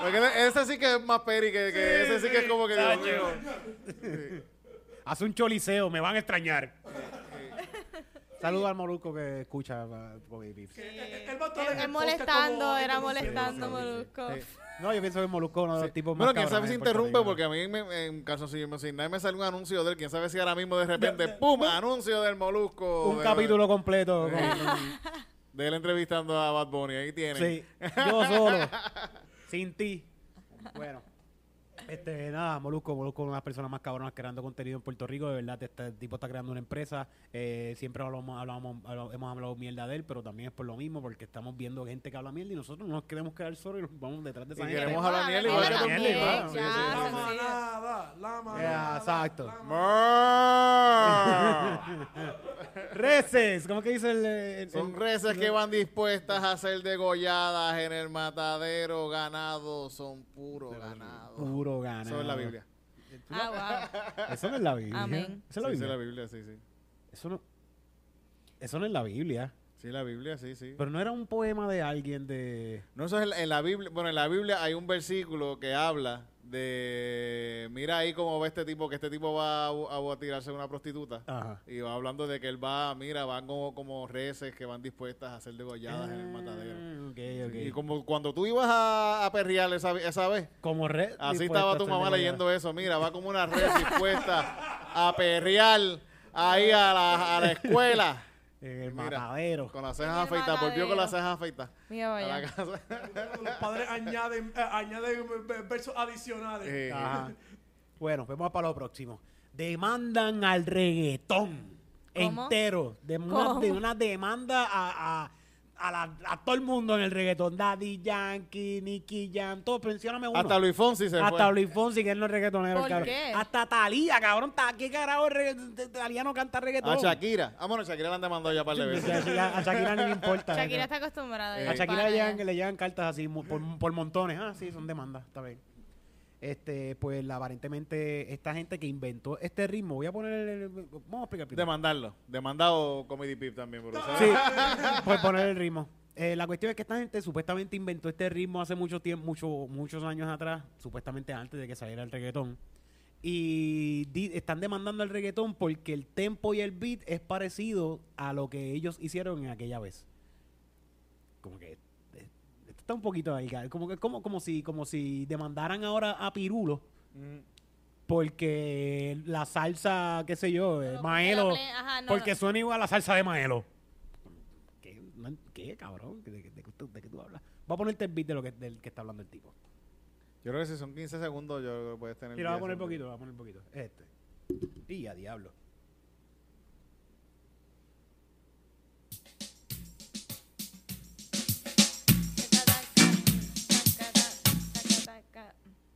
porque él- ese sí que es más peri que, que ese sí que es como que digo, "Mío". Hace un choliseo, me van a (laughs) extrañar. Saluda al Molusco que escucha ah, pa- Poppy Pips. Que, eh, eh, él va a estar Él- en él el podcast molestando, como este era introducido. molestando sí, sí. Molusco. Sí. No, yo pienso que Molusco es uno de los tipos más Bueno, quién sabe cabrones si de Puerto interrumpe, Rico. porque a mí me, en Calzoncillo Sin Nadie me sale un anuncio de él. Quién sabe si ahora mismo de repente, ¡pum! Anuncio del Molusco. Un de- capítulo completo. eh, con- De él entrevistando a Bad Bunny. Ahí tienen. Sí, yo solo. (laughs) sin ti. Bueno. Este, nada, Molusco, Molusco es una de las personas más cabronas creando contenido en Puerto Rico, de verdad, este tipo está creando una empresa, eh, siempre hablamos, hablamos, habla- hemos hablado mierda de él, pero también es por lo mismo, porque estamos viendo gente que habla mierda y nosotros no nos queremos quedar solos y nos vamos detrás de Y esa gente. queremos hablar mierda igual que tú. también, Mierda igual, ya, Ah, sí, sí, La sí. sencillo. manada, la manada. exacto. la manada. (laughs) Mor. Reces, ¿cómo que dice el, el- Son el- reses que van dispuestas a ser degolladas en el matadero ganado. Son puro ganado. puro gana? Eso es la Biblia. Ah, wow. Eso no es la Biblia. Amén. Eso es Sí, la sí, Biblia. la Biblia, sí, sí. Eso no Eso no es la Biblia, Sí, la Biblia, sí, sí. pero no era un poema de alguien de No, eso es en la, en la Biblia. Bueno, en la Biblia hay un versículo que habla de. Mira ahí cómo va este tipo, que este tipo va a, a- a tirarse a una prostituta. Ajá. Y va hablando de que él va, mira, van como, como reses que van dispuestas a ser degolladas en el matadero. Ah, ok, ok. Y como cuando tú ibas a, a perrear esa, ve- esa vez, Como red. así estaba tu mamá leyendo eso. Mira, va como una res dispuesta a perrear ahí a la, a la escuela. En (laughs) el Mira. matadero. Con las En cejas el afeitadas, volvió con las cejas matadero. afeitadas. Mira, A la vaya. casa. Los padres añaden, eh, añaden eh, versos adicionales. Eh, (laughs) Ajá. Bueno, vamos para lo próximo. Demandan al reggaetón ¿Cómo? entero. De una, ¿Cómo? de una demanda a, a, a, la- a todo el mundo en el reggaetón. Daddy Yankee, Nicky Jam, todo. Mencióname uno. Eh, Hasta Luis Fonsi se Hasta fue. Luis Fonsi, que él no es reggaetonero, ¿Por cabrón. qué? Hasta Talía, cabrón. Ta- ¿Qué carajo? es regga- Talía no canta reggaetón. A Shakira. Ah, bueno, Shakira la han demandado ya para par de O sea, veces. a Shakira no le importa. Shakira cabrón. está acostumbrada. Eh. A ya, Shakira pana, le llegan, ya. le llegan cartas así mu- por, por montones. Ah, sí, son demandas, está bien. Este, pues la- aparentemente esta gente que inventó este ritmo, voy a poner el, el- vamos a explicar primero. Demandarlo. Demandado Comedy Pip también, por usar. Sí, pues poner el ritmo. Eh, la cuestión es que esta gente supuestamente inventó este ritmo hace mucho tiempo, mucho, muchos años atrás, supuestamente antes de que saliera el reggaetón. Y di- están demandando el reggaetón porque el tempo y el beat es parecido a lo que ellos hicieron en aquella vez. Como que eh, esto está un poquito ahí, ca- como que como, como si como si demandaran ahora a Pirulo porque la salsa, qué sé yo, eh, No, porque Maelo, la ple- ajá, no, porque no. suena igual a la salsa de Maelo. ¿Qué, No- qué, cabrón? ¿De, de- de- de qué tú hablas? Voy a ponerte el beat de lo que, del que está hablando el tipo. Yo creo que si son 15 segundos, yo creo que puedes tener. Y lo voy a 10 poner segundos. poquito, lo voy a poner poquito. Este. Y a diablo.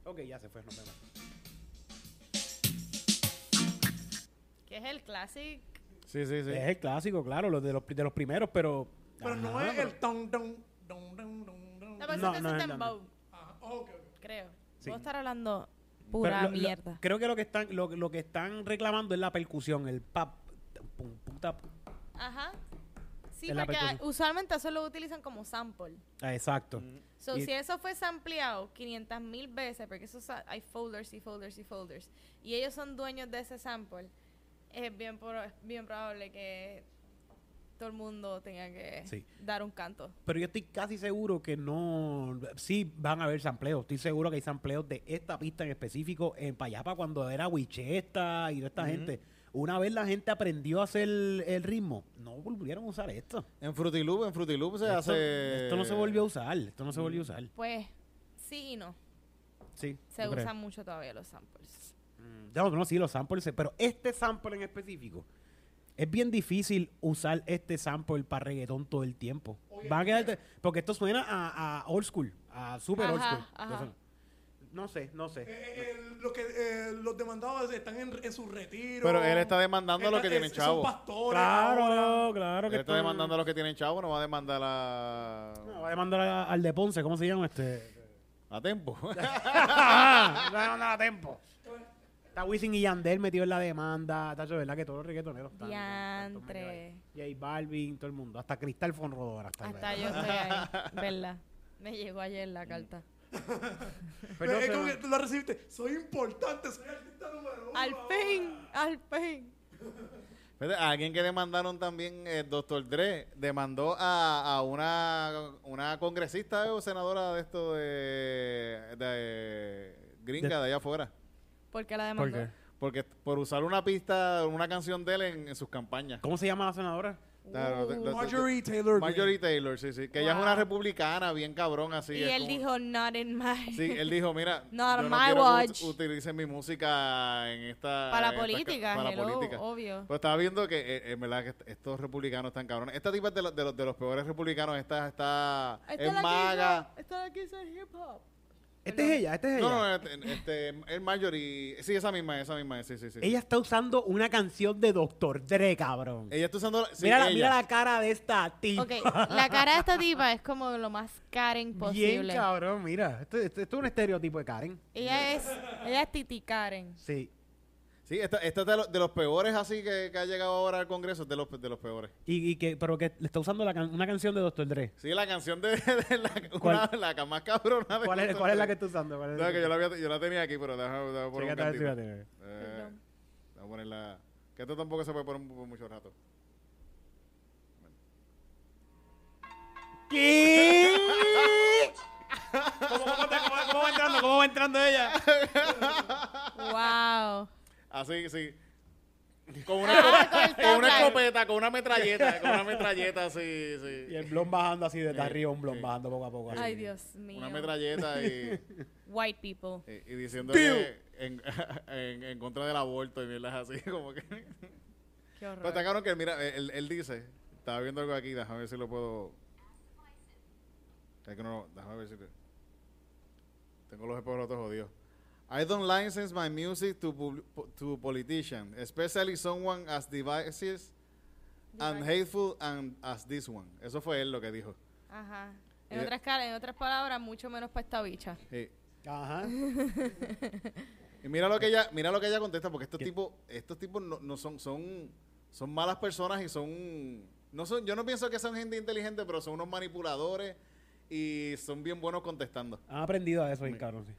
Ok, ya se fue, nos vemos. Que es el classic. Sí, sí, sí. Es el clásico, claro, los de los, pri- de los primeros, pero... Pero no Ajá, es pero- el ton, ton, ton, ton, ton, ton. La persona No, es no un es el dembow, Ajá, ok, ok. creo. Sí. Puedo estar hablando pero pura lo- lo- mierda. creo que lo que están lo, lo que están reclamando es la percusión, el pap... Pum, pum, tap. Ajá. Sí, Es la porque percusión. usualmente eso lo utilizan como sample. Ah, exacto. So, Y- si eso fue sampleado 500 mil veces, porque eso sa- hay folders y folders y folders, y ellos son dueños de ese sample, es bien, pro- es bien probable que todo el mundo tenga que Sí. dar un canto. Pero yo estoy casi seguro que no. Sí, van a haber sampleos. Estoy seguro que hay sampleos de esta pista en específico en Payapa cuando era Wichesta y toda esta gente. Una vez la gente aprendió a hacer el, el ritmo, no volvieron a usar esto. En Frutiloop, en Frutiloop se esto, hace. esto no se volvió a usar. Esto no se volvió a usar. Pues sí y no. Sí. Se yo creo. usan mucho todavía los samples. Mm, No, no, sí, los samples. se- Pero este sample en específico. Es bien difícil usar este sample para reggaetón todo el tiempo. Van a quedarte- porque esto suena a, a old school, a super old Ajá, school. ajá. Entonces, no sé, no sé. Eh, eh, lo que, eh, los demandados están en, en su retiro. Pero él está demandando lo que Está- tienen es- chavo. Son pastores. ahora. Claro, claro Él que está demandando a los que tienen chavo, no va a demandar a. No, va a demandar a- al de Ponce, ¿cómo se llama este? A (laughs) tiempo. Ah, Va a demandar a Tempo. Está Wisin y Yandel metido en la demanda. Tacho, ¿verdad? Que todos los reggaetoneros están. están metidos ahí. Diantre. J Balvin, todo el mundo. Hasta Cristal Fonrodora. Hasta Hasta yo estoy ahí, (laughs) ¿verdad? Me llegó ayer la carta. Pero es se como va. que tú lo recibiste. Soy importante, soy artista número uno. Al fin, al fin. Fíjate, a alguien que demandaron también, el doctor Dre, demandó a, a una, una congresista eh, o senadora de esto de, de gringa de allá afuera. Porque la ¿Por demandó. qué? Porque por usar una pista, una canción de él en, en sus campañas. ¿Cómo se llama la senadora? Claro, de- de- de- Marjorie Taylor. Greene. Marjorie Taylor, sí, sí. Que ella es Wow. una republicana, bien cabrón, así. y es él como- dijo, not in my. (laughs) (laughs) Sí, él dijo, mira, Not yo on no my quiero que ut- watch. utilicen mi música en esta... para en esta ca- política, para hello, política. obvio. Pero estaba viendo que, eh, en verdad, que est- estos republicanos están cabrones. Esta tipa es de, los- de los, de los peores republicanos. Esta, esta, es maga. Esta la que hizo el hip hop. Esta es ella, esta es ella. No, no, este, este, es Marjorie. Sí, esa misma, esa misma, sí, sí, sí. Ella está usando una canción de Dr. Dre, cabrón. Ella está usando... Eh, sí, mira, la, ella. mira la cara de esta tipa. Ok, la cara de esta tipa es como lo más Karen Bien, posible. cabrón, mira. Esto, esto- esto es un estereotipo de Karen. ella es, ella es Titi Karen. Sí. Sí, esta, esta es de, los- de los peores así que, que ha llegado ahora al Congreso, es de los, de los peores. Y, y que, pero que le está usando la can- una canción de Dr. Dre. Sí, la canción de, (laughs) de la, ¿Cuál? una- la más cabrona de ¿Cuál es, cuál es la que está usando? ¿Cuál es No, que yo la, había- yo la tenía aquí, pero déjame, déjame poner un Chécate a ver cantito. si la tiene. Eh, Perdón. Vamos a ponerla. Que esto tampoco se puede poner por mucho rato. ¿Qué? ¿Cómo, cómo, te- cómo- cómo va entrando? ¿Cómo va entrando ella? Wow. Así, sí. Con una, con el (laughs) con una top escopeta, con una metralleta, con una metralleta, sí, Y (laughs) sí. el blon bajando así de Sí, arriba, un blon sí. bajando poco a poco. así. Ay, Dios mío. Una metralleta y, (laughs) White people. y, y diciendo que en, (laughs) en, en contra del aborto y mierdas así, (laughs) como que. Pero Qué horror. está cabrón que, mira, él, él dice, estaba viendo algo aquí, déjame ver si lo puedo. Es que no, déjame ver si. lo- Tengo los espejos jodidos. I don't license my music to, pub- to politicians, especially someone as divisive and hateful and as this one. Eso fue él lo que dijo. Ajá. En otras, cara- en otras palabras, mucho menos para esta bicha. Sí. Ajá. Y mira lo que ella, mira lo que ella contesta, porque estos tipos, estos tipos no, no son, son, son malas personas y son, no son, yo no pienso que son gente inteligente, pero son unos manipuladores y son bien buenos contestando. Han aprendido a eso, bien cabrón. sí.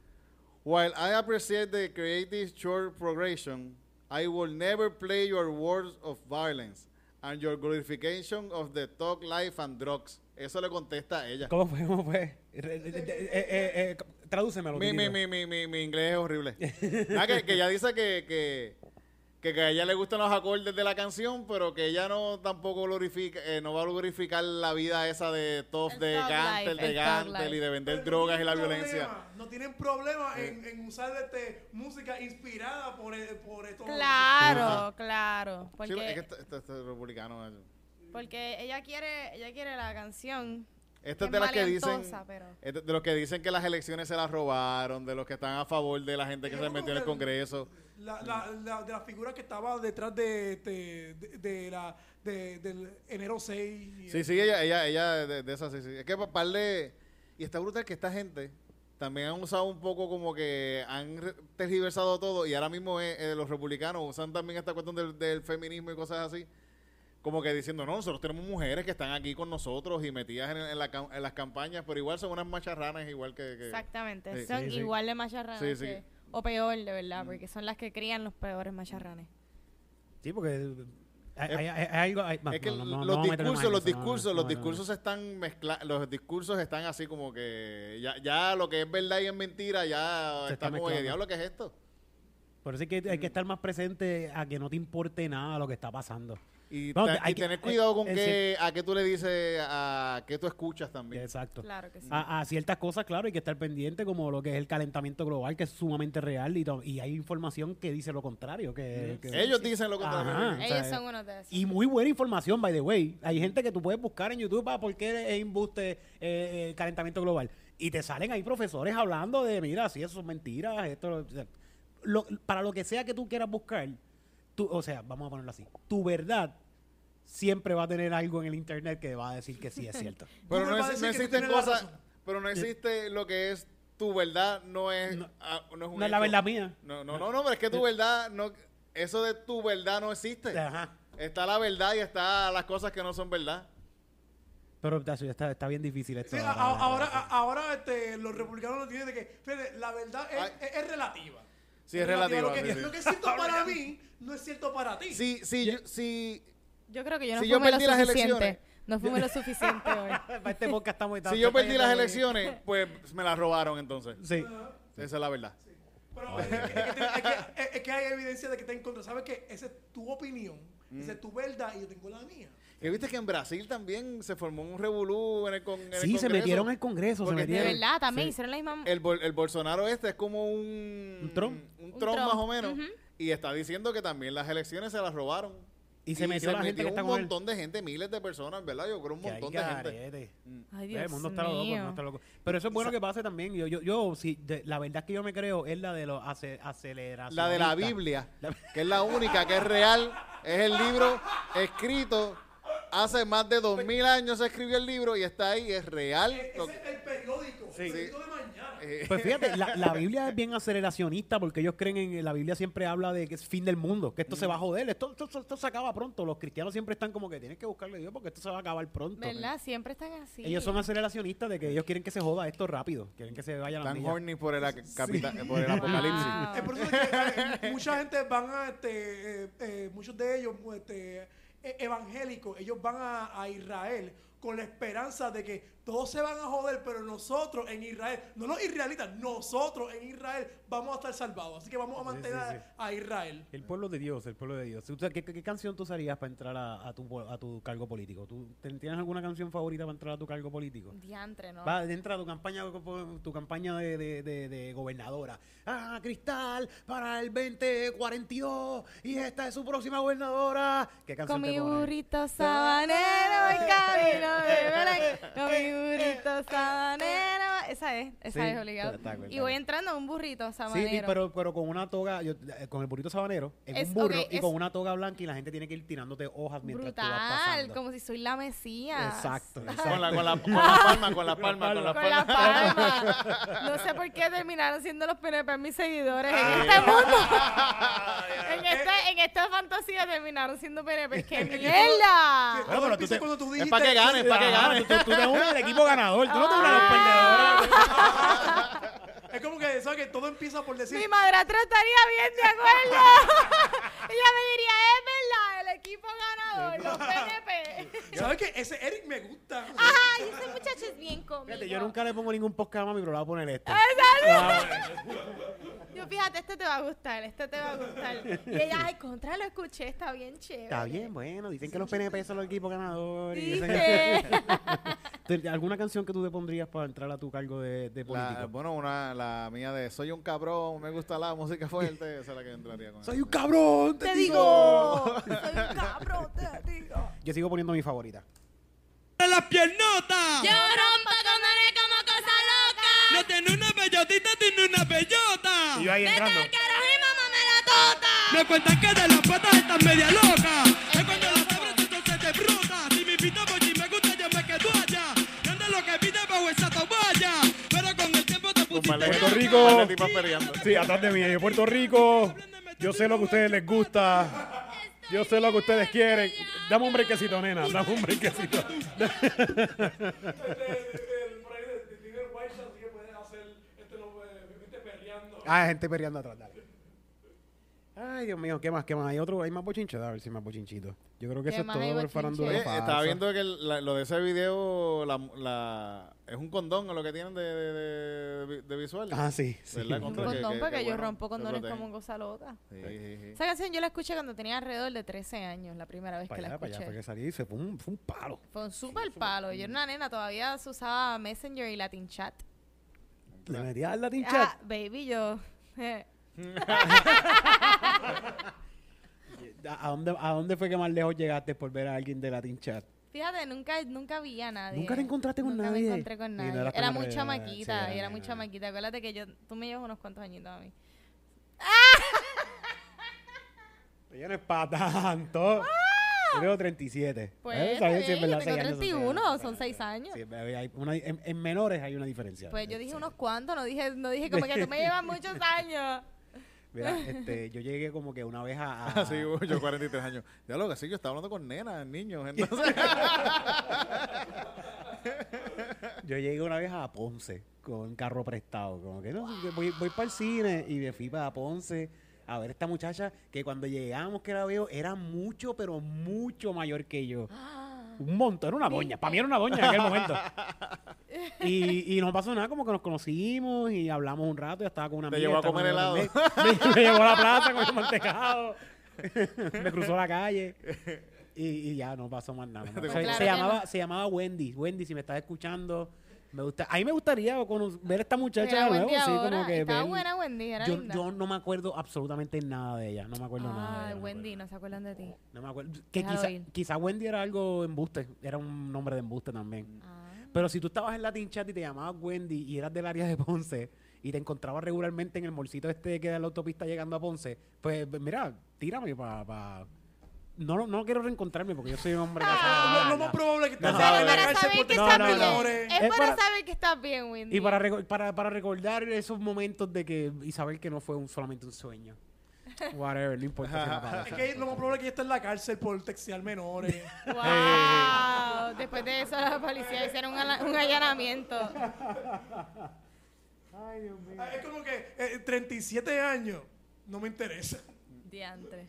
While I appreciate the creative short progression, I will never play your words of violence and your glorification of the talk life and drugs. Eso le contesta a ella. ¿Cómo fue? ¿Cómo fue? Re- eh, eh, eh, eh, tradúcemelo. Mi, mi, Titito. mi, mi, mi, mi inglés es horrible. Ah, que, que ella dice que, que, que- que a ella le gustan los acordes de la canción, pero que ella no tampoco glorifica, eh, no va a glorificar la vida esa de tough, El de thug gantel, life, de el thug gantel y life. de vender Pero drogas no y la tienen violencia. Eh. problema, No tienen problema en, en usar este, música inspirada por, eh, por estos. Claro, claro. Sí, es que Porque, esto, esto- esto es republicano. eh. porque ella quiere ella quiere la canción. Esta es Es de las que dicen, maleantosa, pero- esta es de los que dicen que las elecciones se las robaron, de los que están a favor de la gente que Yo se creo metió en el que- Congreso. La, la, Mm. la, de la figura que estaba detrás de, este- de, de la, de, del enero 6. y- Sí, sí, ella, ella, ella de, de esas, sí, sí. Es que para parle Y está brutal que esta gente también han usado un poco como que han re- tergiversado todo y ahora mismo eh, eh, los republicanos usan también esta cuestión del, del feminismo y cosas así. Como que diciendo, no, nosotros tenemos mujeres que están aquí con nosotros y metidas en, en la cam- en las campañas, pero igual son unas macharranas igual que... que- Exactamente. Sí, son sí, Mm. sí. igual de macharranes. Sí, sí. que- O peor, de verdad, porque son las que crían los peores macharranes. Sí, porque. eh, hay- hay- hay algo- hay- Es que no, no, no, no los vamos a meternos discursos, en los eso, no, no, discursos, no, los no, discursos se están mezclando, los discursos están así como que ya, ya lo que es verdad y es mentira, ya está, Se está como que mezclando. diablo que es esto. Por eso es que hay que estar más presente a que no te importe nada lo que está pasando. Y, Vamos, ta- hay y que- tener cuidado con eh, que, a qué tú le dices, a qué tú escuchas también. Exacto. Claro que sí. a, a ciertas cosas, claro, hay que estar pendiente, como lo que es el calentamiento global, que es sumamente real, y, to- y hay información que dice lo contrario. Que, que- Ellos dicen lo contrario. Ajá, Eh, o sea, eh, Ellos son unos de esos. Y muy buena información, by the way. Hay gente que tú puedes buscar en YouTube, ah, ¿por qué es embuste eh, eh, calentamiento global? Y te salen ahí profesores hablando de, mira, sí, eso son mentiras, esto... lo- o sea, lo- para lo que sea que tú quieras buscar, tú, o sea, vamos a ponerlo así, tu verdad siempre va a tener algo en el internet que va a decir que sí es (laughs) cierto. Pero Google no, va a es- no decir que tú existen tienes la cosas. razón. Pero no existe lo que es tu verdad, no es, Eh. No. ah, no es un No es la hecho. verdad mía. Eh. No, no, no, no, pero es que tu verdad no. Eso de tu verdad no existe. Ajá. Está la verdad y está las cosas que no son verdad. Pero está, está bien difícil esto. Sí, a- a- ahora a- ahora este, los republicanos lo tienen de que, fíjate, la verdad Ay. es, es- es relativa. Sí, es Lo relativa, que, sí, sí. lo que es cierto para mí no es cierto para ti. Si, si, yo- si, Yo creo que yo no Si yo fumé lo perdí las suficiente. elecciones. No fumé (laughs) lo suficiente hoy. Para este podcast estamos... si yo perdí las elecciones, pues me las robaron entonces. Sí. Esa es la verdad. Pero eh, es, que- es que, tiene- es que- es- es que hay evidencia de que está en contra. ¿Sabes qué? Esa es tu opinión, esa es Mm. tu verdad y yo tengo la mía. Y viste que en Brasil también se formó un revolú en el, con, en el Sí, se Congreso? metieron al Congreso, se Porque- De metieron. verdad, también Sí. hicieron la misma... El, Bol- el Bolsonaro este es como un... Un Trump. Un Un Trump más Trump, o menos. ujú. Y está diciendo que también las elecciones se las robaron. Y se metió la gente que está un con él. montón de gente, miles de personas, ¿verdad? Yo creo un Que hay montón de gente. garete. Ay, Ve, Dios el mundo está loco, el mundo mío. está loco. Pero eso es bueno que pase también. Yo, yo, yo sí, de- la verdad que yo me creo es la de los ace- aceleracionistas. La de la Biblia, La- que es la única, que es real, es el libro escrito hace más de dos mil años se escribió el libro y está ahí, es real. E- Lo- Ese es el periódico, el periódico de mañana. eh, Pues fíjate, (laughs) la, la Biblia es bien aceleracionista porque ellos creen en. La Biblia siempre habla de que es fin del mundo, que esto se va a joder, esto, esto, esto- esto se acaba pronto. Los cristianos siempre están como que tienes que buscarle a Dios porque esto se va a acabar pronto. ¿Verdad? Siempre están así. Ellos son aceleracionistas de que ellos quieren que se joda esto rápido, quieren que se vaya la Están milla. horny por el, ac- capita- por (laughs) Ah. el apocalipsis. Wow. Es por eso (laughs) que eh, mucha gente van a, este, eh, eh, muchos de ellos, este, eh, evangélicos, ellos van a, a Israel con la esperanza de que todos se van a joder, pero nosotros en Israel, no los israelitas, nosotros en Israel vamos a estar salvados. Así que vamos a mantener sí, sí. a Israel. El pueblo de Dios, el pueblo de Dios. O sea, ¿qué, qué- qué canción tú usarías para entrar a, a tu, po- a tu cargo político? ¿Tú, ten- ¿Tienes alguna canción favorita para entrar a tu cargo político? Diantre, ¿no? Va, entra a tu campaña, tu campaña de, de- de- de gobernadora. Ah, Cristal, para el 2042. Y esta es su próxima gobernadora. ¿Qué Con canción te mi pones? (laughs) burrito sabanero voy camino de Belén. Con mi (laughs) burrito sabanero. Esa es, esa Sí, es obligado. está- está cool, y está voy cool. entrando a un burrito Sí, sabanero. y- pero, pero con una toga, yo- eh, con el burrito sabanero, en Es- un burro ok, y es- con una toga blanca y la gente tiene que ir tirándote hojas mientras tú vas Brutal, pasando. como si soy la Mesías. (laughs) Exacto, exacto. Con la, con, la, (laughs) con la palma, con la palma, con la Con la palma. palma. No sé por qué terminaron siendo los PNP mis seguidores en este mundo. en, este, en esta fantasía terminaron siendo PNP. (laughs) ¡Qué mierda! Todo pero tú empieza te- cuando tú es dijiste pa' que gane, es pa' que Ajá. gane. Tú, tú- tú te unes al equipo ganador, tú no te unes Ah. a los perdedores. Es como que, ¿sabes? Que todo empieza por decir, Mi madrastra estaría bien de acuerdo. (laughs) Ella me diría, es verdad, el equipo ganador, los PNP. ¿sabes qué? Ese Eric me gusta. Ajá, y ese muchacho es bien cómico. Fíjate, yo nunca Ah, le pongo ningún podcast a mi, pero le voy a poner este. Yo, fíjate, este te va a gustar, este te va a gustar. Y ella, ay, contra, lo escuché, está bien chévere. Está bien, bueno, dicen que los PNP son los equipos ganadores. y esa- Dice, ¿Te- ¿Alguna canción que tú te pondrías para entrar a tu cargo de, de político? La- bueno, una, la mía de soy un cabrón, me gusta la música fuerte, esa es la que entraría con un cabrón, te digo, soy un cabrón, te digo. Yo sigo poniendo mi favorita. ¡De las piernotas! Yo rompo con eres como cosa loca. ¡No tiene una bellotita, tiene una bellota! ahí entrando. carajo y mamá me la tota. Me cuentan que de las patas estás media loca. Es cuando las abres entonces te bruta. Si me invita por si me gusta, yo me quedo allá. Grande lo que pide bajo esa toalla. Pero con el tiempo te pusiste Puerto loca. Rico. Con la tipa peleando. Sí, atrás de mí, de Puerto Rico. Yo sé lo que a ustedes les gusta. Yo sé lo que ustedes quieren. Dame un brequecito, nena. Dame un brequecito. Ah, gente perreando atrás, dale. Ay, Dios mío, ¿qué más? ¿Qué más? Hay otro, hay más bochinche, a ver si hay más bochinchito. Yo creo que ¿Qué eso es más todo hay por el bochinche? farándulo Oye, falso. Eh, estaba viendo que el- la- lo de ese video la, la- es un condón o lo que tienen de, de, de- de visual. Ah, sí, sí. ¿Verdad? Un Contra, que- condón, que- porque que yo bueno, rompo te condones protegen. como un cosa loca. Sí, sí, sí. Esa canción yo la escuché cuando tenía alrededor de 13 años, la primera vez que Para la allá, para allá, fue que escuché. salí y se fue un, fue un palo. Fue un super palo. Yo era una nena, todavía se usaba Messenger y Latin Chat. Le metí al Latin Ah, Chat. baby, yo. eh, ¿A dónde, ¿A dónde fue que más lejos llegaste por ver a alguien de Latin Chat? Fíjate, nunca, nunca vi a nadie. Nunca te encontraste con Nunca nadie. me encontré con no nadie. eras tan era muy atrevida, sí, chamaquita, era y era muy muy niña. chamaquita. Acuérdate que yo, tú me llevas unos cuantos añitos a mí. Ella no es para tanto. Yo tengo 37. ¡Ah! Pues, ¿Ves? está Ahí bien, Eh, sí es yo verdad, tengo seis años 31, seis años. son seis Sí, años. sí, hay- hay una- en, en menores hay una diferencia. Este, Pues yo dije Sí. unos cuantos, no dije, no dije como que tú me llevas (laughs) muchos años. Mira, este, yo llegué como que una vez a... (laughs) a- Así yo 43 años. Ya lo que sí, yo estaba hablando con nenas, (laughs) niños. Entonces, Yo llegué una vez a Ponce con carro prestado. Como que no, yo voy, voy para el cine y me fui para Ponce a ver esta muchacha que cuando llegamos que la veo era mucho, pero mucho mayor que yo. Un montón, era una doña. Para mí era una doña en aquel momento. Y, y no pasó nada, como que nos conocimos y hablamos un rato. Ya estaba con una Te amiga, llevó a estaba con comer una helado. también. (laughs) Me, me llevó a la plaza con el mantecado. me cruzó (laughs) la calle. Y, y ya no pasó más nada. Te Se, gustó. se Claro que llamaba, no. se llamaba Wendy. Wendy, si me estás escuchando, me gusta. A mí me gustaría cono- ver a esta muchacha Era de nuevo. Wendy sí, ahora. como que Estaba ver- buena Wendy, era yo, linda. yo no me acuerdo absolutamente nada de ella. No me acuerdo nada. de Ay, ella, no me Wendy, acuerdo. no se acuerdan de ti. No me acuerdo. Que Déjalo quizá, ir. quizá Wendy era algo embuste. Era un nombre de embuste también. Ah. Pero si tú estabas en Latin Chat y te llamabas Wendy y eras del área de Ponce y te encontrabas regularmente en el molcito este que da la autopista llegando a Ponce, pues b- mira, tírame para... No, lo- no quiero reencontrarme porque yo soy un (laughs) hombre casado. Ah, lo, lo más probable es que No, estás Pero no, en la no, para cárcel saber por que no, tener estás no, bien. no. menores. Es Es para para- saber que estás bien, Wendy. Y para, reco- para, para recordar esos momentos de que y saber que no fue un, solamente un (laughs) sueño. Whatever, no importa si me pasa. Es que lo más probable es que esté en la cárcel por textear (laughs) menores. Wow. Después de eso, la policía hicieron un, ala- un allanamiento. Ah, es como que eh, 37 años no me interesa. Diantre.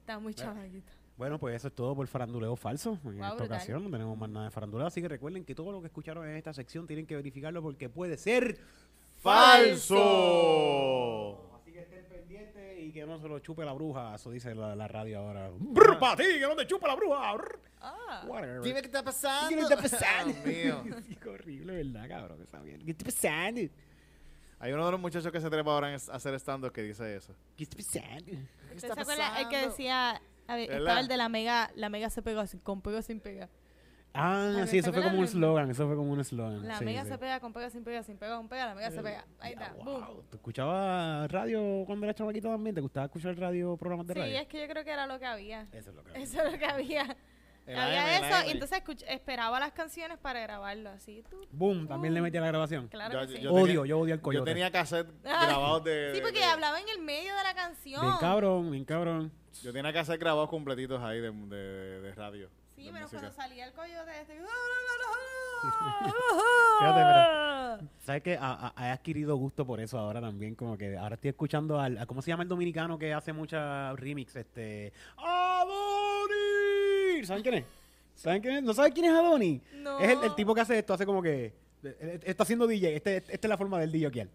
Está muy chamaquita. Bueno, pues eso es todo por Faranduleo Falso. En Wow, esta brutal. ocasión no tenemos más nada de faranduleo, así que recuerden que todo lo que escucharon en esta sección tienen que verificarlo porque puede ser ¡Falso! Así que estén pendientes y que no se lo chupe la bruja, eso dice la, la radio ahora. Brr, pa' ti, que no te chupe la bruja. brr. Ah. Whatever. Dime qué está pasando. ¿Qué está (laughs) pasando? Dios mío. Sí, (laughs) qué horrible, ¿verdad, cabrón? Que está bien. ¿Qué está pasando? ¿Qué Hay uno de los muchachos que se trepa ahora en es- a hacer stand-up que dice eso. está pasando? ¿Usted se acuerda el que decía? A ver, ¿Verdad? estaba el de la mega, la mega se pegó sin- con pega o sin pega. Ah, Ay, sí, ¿te eso fue como un acuerdas? slogan, eso fue como un slogan. La sí, mega sí. se pega con pega sin pega, sin pega con pega, la mega Eh, se pega. Ahí Ya, está, boom. wow. ¿Tú escuchabas radio cuando eras chamaquito también? ¿Te gustaba escuchar radio, programas de Sí, radio? es que yo creo que era lo que había. Eso es lo que... (laughs) Eso es lo que había. Eh, El había AM, el eso, AM. y entonces escuch- esperaba las canciones para grabarlo así. tú, Boom, también le metí a la grabación. Claro Yo- que sí. yo- odio, tenía- yo odio al coyote. Yo tenía cassette Ay. grabados de... Ah. sí, porque de- hablaba en el medio de la canción. Bien cabrón, bien cabrón. Yo tenía cassette grabados completitos ahí de, de- de radio. Sí, de pero música. cuando salía el coyote este... (laughs) Fíjate, ¿Sabes qué? A- a- He adquirido gusto por eso ahora también. Como que ahora estoy escuchando al. a- ¿Cómo se llama el dominicano que hace mucha remix? Este. ¡Adoni! ¿Saben quién es? ¿Saben quién es? ¿No saben quién es Adoni? No. Es el, el tipo que hace esto, hace como que. eh, eh, Está haciendo DJ. Este, este- esta es la forma del DJ aquí. él.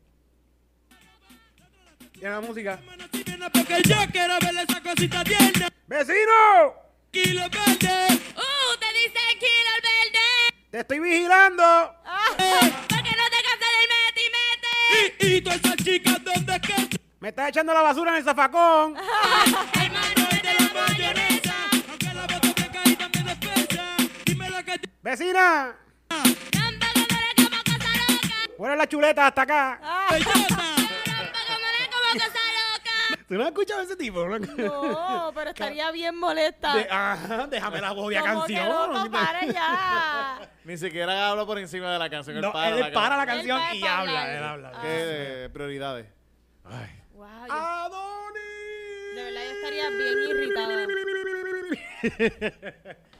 Tiene la música. Amanecí bien porque yo quiero ver esa cosita tierna. ¡Vecino! Kilo verde. ¡Uh! ¡Oh, Te dice Kilo el verde. (laughs) ¡Te estoy vigilando! Porque no te cansas del mete y mete. Y, y todas esas chicas donde que ¡Me estás echando la basura en el zafacón! Hermano, mete la mayonesa. Aunque la bota te cae también despesa. Dime la que te ¡Vecina! Tampoco me la como cosa loca. ¡Fuera la chuleta hasta acá! Ah. idiota. Tampoco me la como cosa loca. ¿Tú no has escuchado ese tipo? No, pero estaría bien molesta. De- ajá, déjame la jodida Como que canción. loco, para ya. (laughs) Ni siquiera habla por encima de la canción. No, él para, la, para la canción. para canción y para habla, hablar. él habla. Ah, ¿Qué eh, prioridades? Wow, yo- ¡Adonis! de verdad yo estaría bien irritada.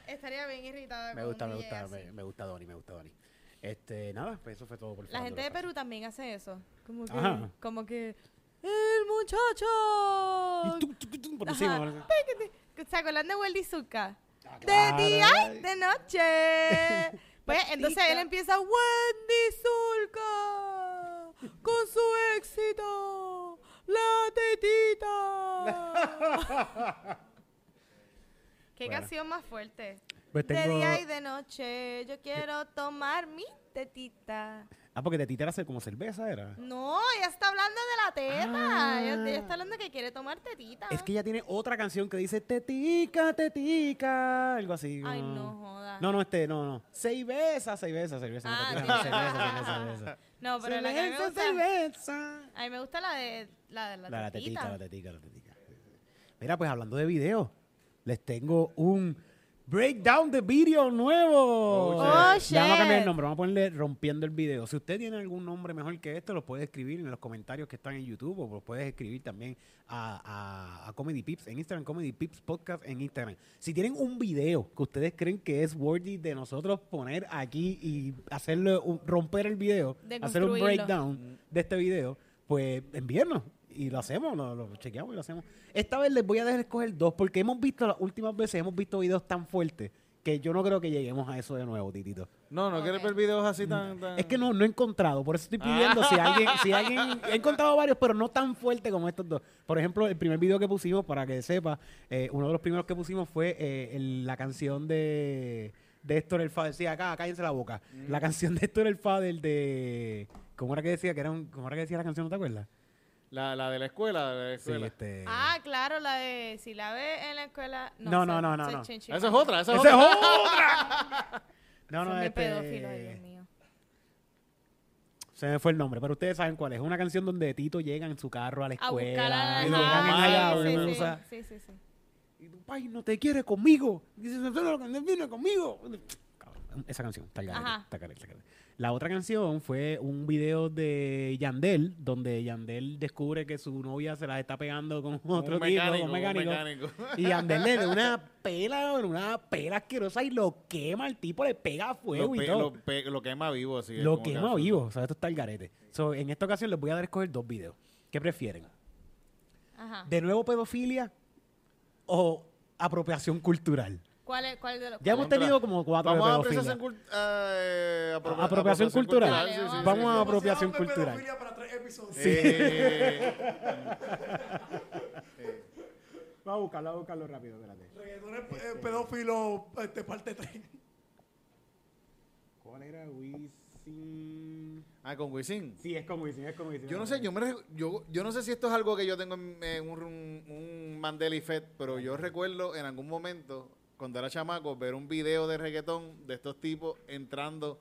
Estaría bien irritada. Me con gusta, un me DJ gusta, así. me, me gusta Donny, me gusta Donny. Este, nada, pues eso fue todo por La gente de Farándula. Perú también hace eso. Como que, Ajá. como que el muchacho. Y tú, tú, tú, tú, por Ajá. encima. ¿verdad? Péguete. ¿Se acuerdan de Weldy Zucca? Ah, claro. De día, de (laughs) noche. Pues entonces él empieza Wendy Zulka con su éxito, la (laughs) tetita. Qué Bueno. canción más fuerte. Pues De tengo- día y de noche, yo quiero tomar mi tetita. Ah, porque de ti te hace como cerveza, era. No, ella está hablando de la teta. Ah. Ella, ella está hablando que quiere tomar tetita. Es que ella tiene otra canción que dice tetica, tetica, algo así. Ay, como- no joda. No, no, este, no, no. Cerveza, cerveza, cerveza. Ah, no, tetica, sí. cerveza, cerveza, (laughs) No, pero la que a mí me cerveza. gusta. cerveza. A mí me gusta la de la, de la, La, la tetita. tetica, la tetica, la tetica. Mira, pues hablando de video, les tengo un breakdown de video nuevo. Oh, Ya shit. Vamos a cambiar el nombre, vamos a ponerle rompiendo el video. Si usted tiene algún nombre mejor que este, lo puede escribir en los comentarios que están en YouTube o lo puedes escribir también a, a- a Comedy Pips en Instagram, Comedy Pips Podcast en Instagram. Si tienen un video que ustedes creen que es worthy de nosotros poner aquí y hacerle un- romper el video, De hacer un construirlo. breakdown de este video, pues envíennos y lo hacemos, lo, lo chequeamos y lo hacemos. Esta vez les voy a dejar escoger dos porque hemos visto las últimas veces, hemos visto videos tan fuertes que yo no creo que lleguemos a eso de nuevo, Titito. No, no Ok. quieres ver videos así tan, tan- Es que no, no he encontrado, por eso estoy pidiendo si Ah. alguien, si alguien, he encontrado varios, pero no tan fuerte como estos dos. Por ejemplo, el primer video que pusimos, para que sepa, eh, uno de los primeros que pusimos fue eh, el- la canción de, de Héctor El Fader. Sí, acá, cállense la boca. Mm. La canción de Héctor El Fader de, ¿cómo era que decía? Que era un- ¿Cómo era que decía la canción? ¿No te acuerdas? La, la de la escuela, la de la Sí, escuela. este. Ah, claro, la de si la ves en la escuela. No, soy- no, no, no, soy no. chinchilla. Esa es otra, esa es ¡Esa es otra. (laughs) otra! No, Son no, bien este, pedófilos, ay, Dios mío. Se me fue el nombre, pero ustedes saben cuál es. Una canción donde Tito llega en su carro a la A escuela. buscar a y lo ajá, dejan sí, en sí, Hayabusa. sí, sí, sí. Y tu pai no te quiere conmigo. Dices, solo no viene conmigo. Cabrón, Esa canción, está al garete, Ajá. está al garete, está al garete. La otra canción fue un video de Yandel, donde Yandel descubre que su novia se la está pegando con otro Un tipo, mecánico, con un mecánico. mecánico. Y Yandel le (laughs) da una pela, una pela asquerosa y lo quema, el tipo le pega a Lo, fuego y pe- todo. lo pe- lo quema vivo, así. es Lo como que quema absurdo. vivo. O sea, esto está el garete. So, en esta ocasión les voy a dar a escoger dos videos. ¿Qué prefieren? Ajá. ¿De nuevo pedofilia o apropiación cultural? ¿Cuál es cuál de los cuál? Ya hemos tenido como cuatro Vamos de a pedofilia. apropiación, cult- eh, apropia- Apropiación cultural. Vale, sí, sí, sí, Vamos sí. a apropiación Demasiado cultural. pedofilia para tres episodios. Eh, Vamos a buscarlo, vamos a buscarlo rápido, espérate. Reggaetón es eh, pedófilo este, parte 3. ¿Cuál era Wisin? ah, con Wisin. Sí, es con Wisin, es con Wisin. Yo no sé, yo, me, re- yo, yo no sé si esto es algo que yo tengo en, en un, un Mandela Effect, pero yo recuerdo en algún momento, cuando era chamaco, ver un video de reggaetón de estos tipos entrando,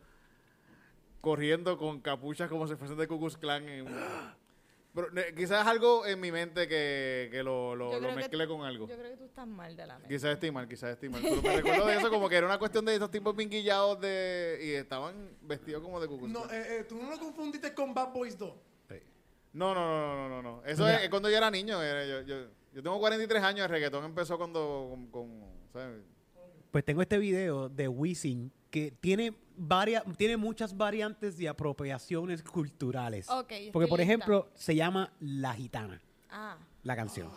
corriendo con capuchas como si fuesen de Ku Klux Klan. en- (gasps) pero, eh, quizás algo en mi mente que, que lo, lo- Yo lo creo que- mezclé con algo. Yo creo que tú estás mal de la mente. Quizás estimar, quizás estimar. Pero (laughs) me recuerdo de eso como que era una cuestión de estos tipos pinguillados de, y estaban vestidos como de Ku Klux No, Klan. eh, eh, tú no lo confundiste con Bad Boys 2. No, no, no, no, no, no. Eso es, es cuando yo era niño. era- yo, yo- yo tengo 43 años, el reggaetón empezó cuando, con, con, ¿sabes? Pues tengo este video de Wisin que tiene varias, tiene muchas variantes de apropiaciones culturales. Ok, yo Porque, estoy por lista. ejemplo, se llama La Gitana, Ah. la canción.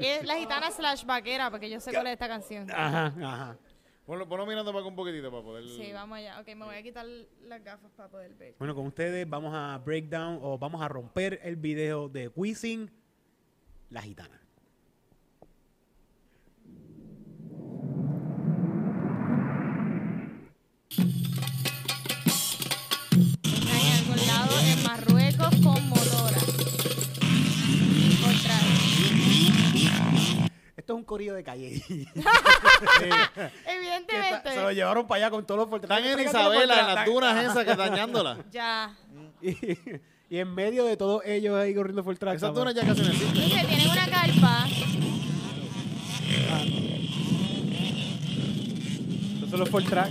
Es la gitana slash vaquera, porque yo sé cuál es esta canción. Ajá, ajá. Ponlo, ponlo mirando para acá un poquitito para poder... Sí, vamos allá. Ok, me voy a quitar las gafas para poder ver. Bueno, con ustedes vamos a breakdown o vamos a romper el video de Wisin, La Gitana. Hay algún lado en Marruecos con motora. Encontrar. Esto es un corrido (laughs) de calle. Evidentemente. se lo llevaron para allá con todos los Están fortalecidos. en Isabela, en las dunas esas que dañándola. Ya. Y, (laughs) y en medio de todos ellos ahí corriendo full track. Esas (laughs) dunas cabrón. ya casi no existen. Dice, tienen una carpa. Estos son los full track.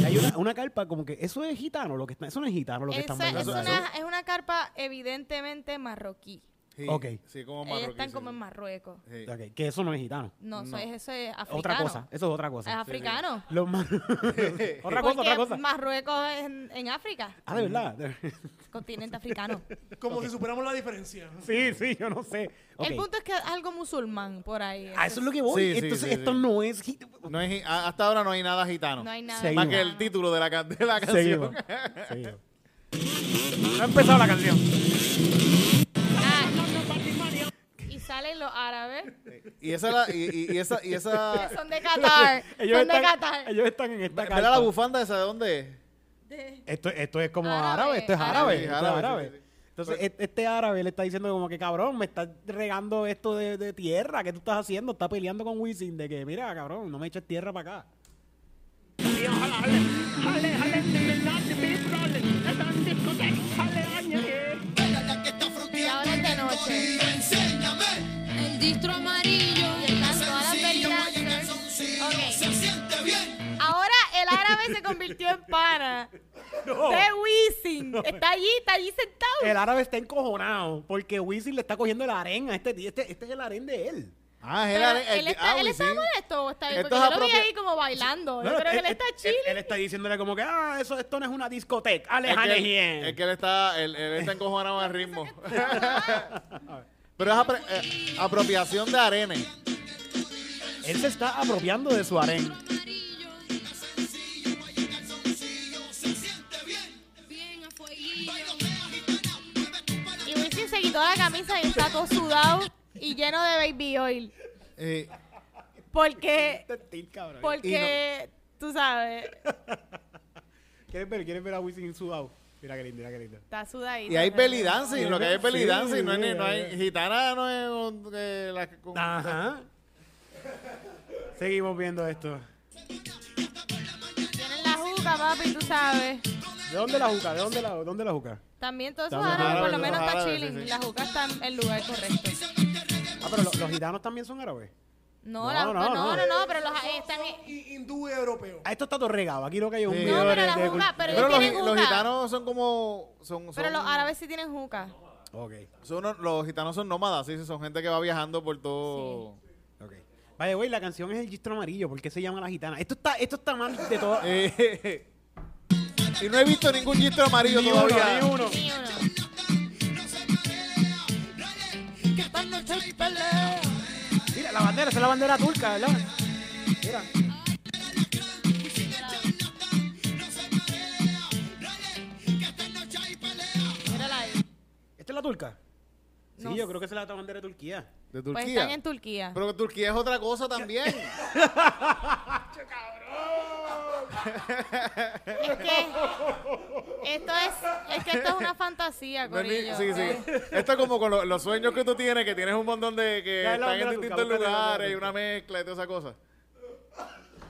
Y hay una, una carpa como que eso es gitano lo que está, eso no es gitano lo que Eso- están es, bailando. una, es una carpa evidentemente marroquí. Sí, Ok. Sí, como Ellos marroquí. están sí. como en Marruecos. Sí. Ok, que eso no es gitano. No, eso es- eso es africano. Otra cosa, eso es otra Es cosa. africano. (laughs) Los mar- (laughs) otra cosa, Porque otra cosa. Marruecos es en, en África, Ah, de verdad. (laughs) continente africano. Como si superamos la diferencia. sí, sí, yo no sé. El Ok. punto es que es algo musulmán por ahí. Ah, eso es lo que voy. Sí, sí, Entonces, sí, esto sí. no es. hit- No es gi- a- hasta ahora no hay nada gitano. No hay nada. Seguimos. Más que el título de la, can- de la Seguimos. canción. (laughs) (laughs) Seguimos. No ha empezado la canción. Ah, y salen los (laughs) árabes, Y esa, la- y, y- y esa, y (laughs) esa, que son de Qatar, (laughs) Ellos son de están, Qatar. ellos están en esta ¿verdad la carpa. bufanda esa de dónde es? De- Esto, esto es como Árabe, árabe, esto es árabe. árabe. Sí, esto es árabe, árabe. sí, sí, sí. Entonces, e- este árabe le está diciendo como que cabrón, me estás regando esto de, de tierra, ¿qué tú estás haciendo? Está peleando con Wisin de que, mira, cabrón, no me eches tierra para acá. Y ahora es de noche. El distro amarillo. Y están todas las breakdancers. Ok. Ahora el árabe se convirtió en pana. De Wisin. Está allí, está allí sentado. El árabe está encojonado porque Wisin le está cogiendo el arena. Este, tío- este, este es el harén de él. Ah, es el Pero árabe- él el- está, ah, él uy, está sí. molesto o está bien, Esto porque yo es lo vi apropia- ahí como bailando. Yo No, creo que él él- está él- chill. Él, él está diciéndole como que, ah, eso, esto no es una discoteca. Es Alejane que, es que él está, él, él está encojonado al ritmo. (laughs) Pero es apre- eh, apropiación de arena. Él se está apropiando de su harén. Y Wisin se quitó la camisa y está todo sudado y lleno de baby oil. Eh, Porque, Este cabrón. porque, tú sabes, ¿Quieres ver, quieres ver a Wisin sudado? Mira qué lindo, mira qué lindo. está sudadito. y hay ¿verdad? belly dancing, lo que hay es belly Sí, eh. dancing, no hay, ni- sí, no hay sí. gitana, no es un- eh, la, con- Ajá. Seguimos viendo esto. Tienen la juca, papi, tú sabes. ¿De dónde la juca? ¿De dónde la, dónde la juca? También todos esos Estamos árabes, por lo árabes, menos los está árabes, chilling. sí, sí. La juca está en el lugar correcto. Ah, pero lo- los gitanos también son árabes. No, No, la no, juca, no, no, no. no, pero los ahí están. Son hi- hindú y europeo. Ah, esto está todo regado. Aquí lo que hay es un Sí. video No, pero de- la de juca, cul- pero- Pero los, tienen los juca. gitanos son como... Son, son, Pero los árabes sí tienen juca. Ok, son unos- los gitanos son nómadas, sí, sí, son gente que va viajando por todo... ok. Vaya, güey, la canción es El Gistro Amarillo. ¿Por qué se llama La Gitana? Esto está, esto está mal de (laughs) todo. Eh, (laughs) y no he visto ningún gistro amarillo todavía. ni uno. Ni uno. Mira, la bandera, esa es la bandera turca, ¿verdad? Mira. Mírala ahí. Pues ¿Esta es la turca? Sí, No yo sé. creo que esa es la otra bandera de Turquía. De Pues Turquía. están en Turquía. Pero que Turquía es otra cosa también. Es que esto es, es que esto es una fantasía, No es ni- Corillo. sí, sí. (laughs) Esto es como con lo- los sueños que tú tienes, que tienes un montón de que Ya, la están en bandera distintos turca, búscate la lugares y bandera una mezcla y toda esa cosa.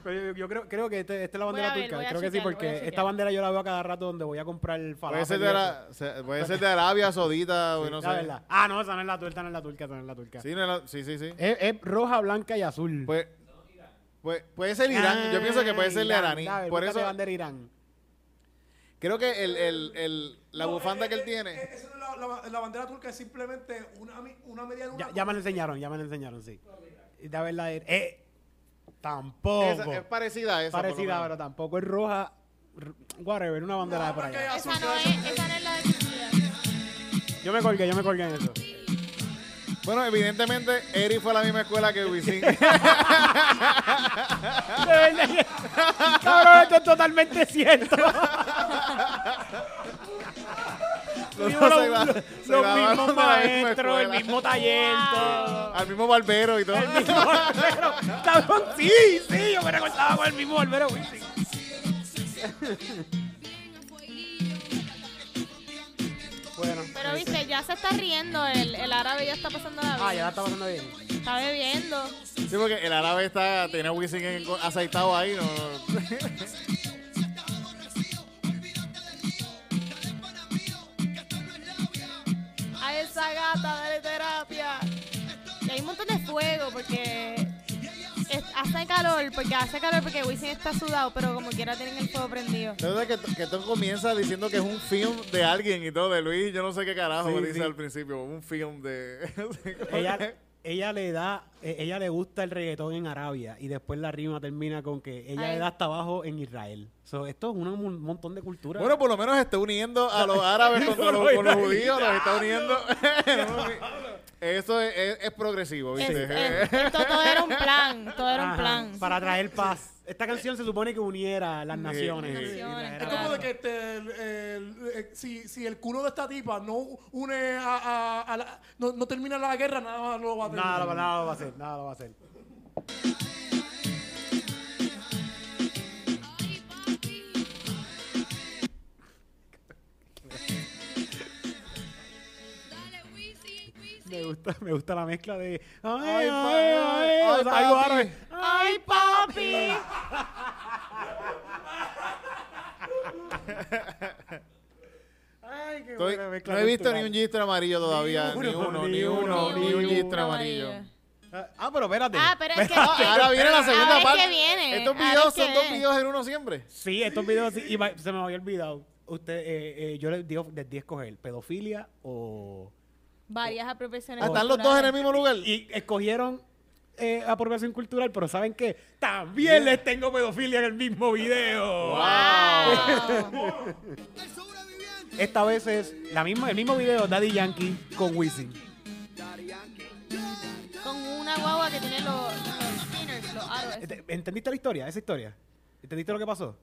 Pero yo, yo creo, creo que este- esta es la Voy a bandera ver, turca. voy a creo que sí, chequear, voy a porque chequear. esta bandera yo la veo a cada rato donde voy a comprar el Puede ser falafel. de, y eso. Ara- se- puede ser de Arabia Saudita o no La sé. verdad. Eh. Ah, no, esa no es la turca, esa no es la turca, esa no es la turca. Sí, no era- sí, sí, sí. Es, es roja, blanca y azul. Pues, pues- puede ser Irán. Yo pienso que puede ser de Irán, iraní. dale, Por búscate eso bandera Irán. creo que el, el, el, la No, bufanda eh, que él eh, eh, tiene. esa no es la, la- la bandera turca es simplemente una, mi- una media luna. Ya, con- ya me la enseñaron, ya me la enseñaron, sí. La verdad es... eh, esa- tampoco. es parecida a esa. por lo Parecida, menos. pero tampoco es roja. r- Whatever, una bandera de por porque allá. hay azul, Esa no pero es, esa- esa no es la de Turquía. Yo me colgué, yo me colgué (laughs) en eso. Bueno, evidentemente, Eri fue a la misma escuela que (laughs) Wisin. De verdad que- Cabrón, esto es totalmente (laughs) cierto. Los Tuvimos dos los, (laughs) se gra- los- se los graduaron de la misma mismos maestros, el escuela. mismo taller. todo. Al mismo barbero y todo. (laughs) Barbero, cabrón, sí, sí, yo me recordaba con el mismo barbero, güey. sí. Bueno, Pero viste, ya se está riendo, el, el árabe ya está pasando la vida. ah, ya la está pasando bien. Está bebiendo. Sí, porque el árabe está, tiene a Wisin en- aceitado ahí, ¿no? A esa gata, dale terapia. Y hay un montón de fuego porque es- hace calor, porque hace calor porque Wisin está sudado, pero como quiera tienen el fuego prendido. La verdad que, que todo comienza diciendo que es un film de alguien y todo, de Luis, yo no sé qué carajo Sí, dice sí. al principio, un film (laughs) de... Ella, ella le da, eh, ella le gusta el reggaetón en Arabia y después la rima termina con que ella Ay. le da hasta abajo en Israel. So, esto es un, un montón de cultura. bueno, pues, por lo menos está uniendo a los árabes con, con los, con los judíos, los está uniendo. (laughs) Eso es, es- es progresivo, Es- ¿viste? es- esto todo era un plan, todo era un Ajá, plan. Para traer paz. Esta canción se supone que uniera las naciones. sí. y Naciones, Es traer a- como Claro. de que este, el- el- el- si, si el culo de esta tipa no une a, a- a la- no, no termina la guerra, nada más lo va a terminar. Nada, lo- nada lo va a hacer, nada lo va a hacer. Me gusta, me gusta la mezcla de ay, ay, ay, ay, o sea, algo papi. árabe. ¡Ay, papi! (laughs) Ay, qué Estoy- buena mezcla no he visto ni cultural. un gistre amarillo todavía. Ni uno, ni uno, ni un gistre amarillo. Ah, pero espérate. Ah, pero es que. Ah, (laughs) ahora viene la segunda Ahora es que parte. viene, Estos ahora videos es que son dos viene. videos en uno siempre. Sí, estos videos sí, y va- se me había olvidado. Usted, eh, eh, yo les, dio, les di a escoger pedofilia o... Varias apropiaciones. Ah, están los dos en el mismo lugar. Y escogieron eh, apropiación cultural, pero ¿saben qué? También les tengo pedofilia en el mismo video. Wow. Esta vez es la misma, el mismo video Daddy Yankee con Wisin. Con una guagua que tiene los, los spinners, los aros. Este, Ent- Este, ¿Entendiste la historia? Esa historia. ¿Entendiste lo que pasó?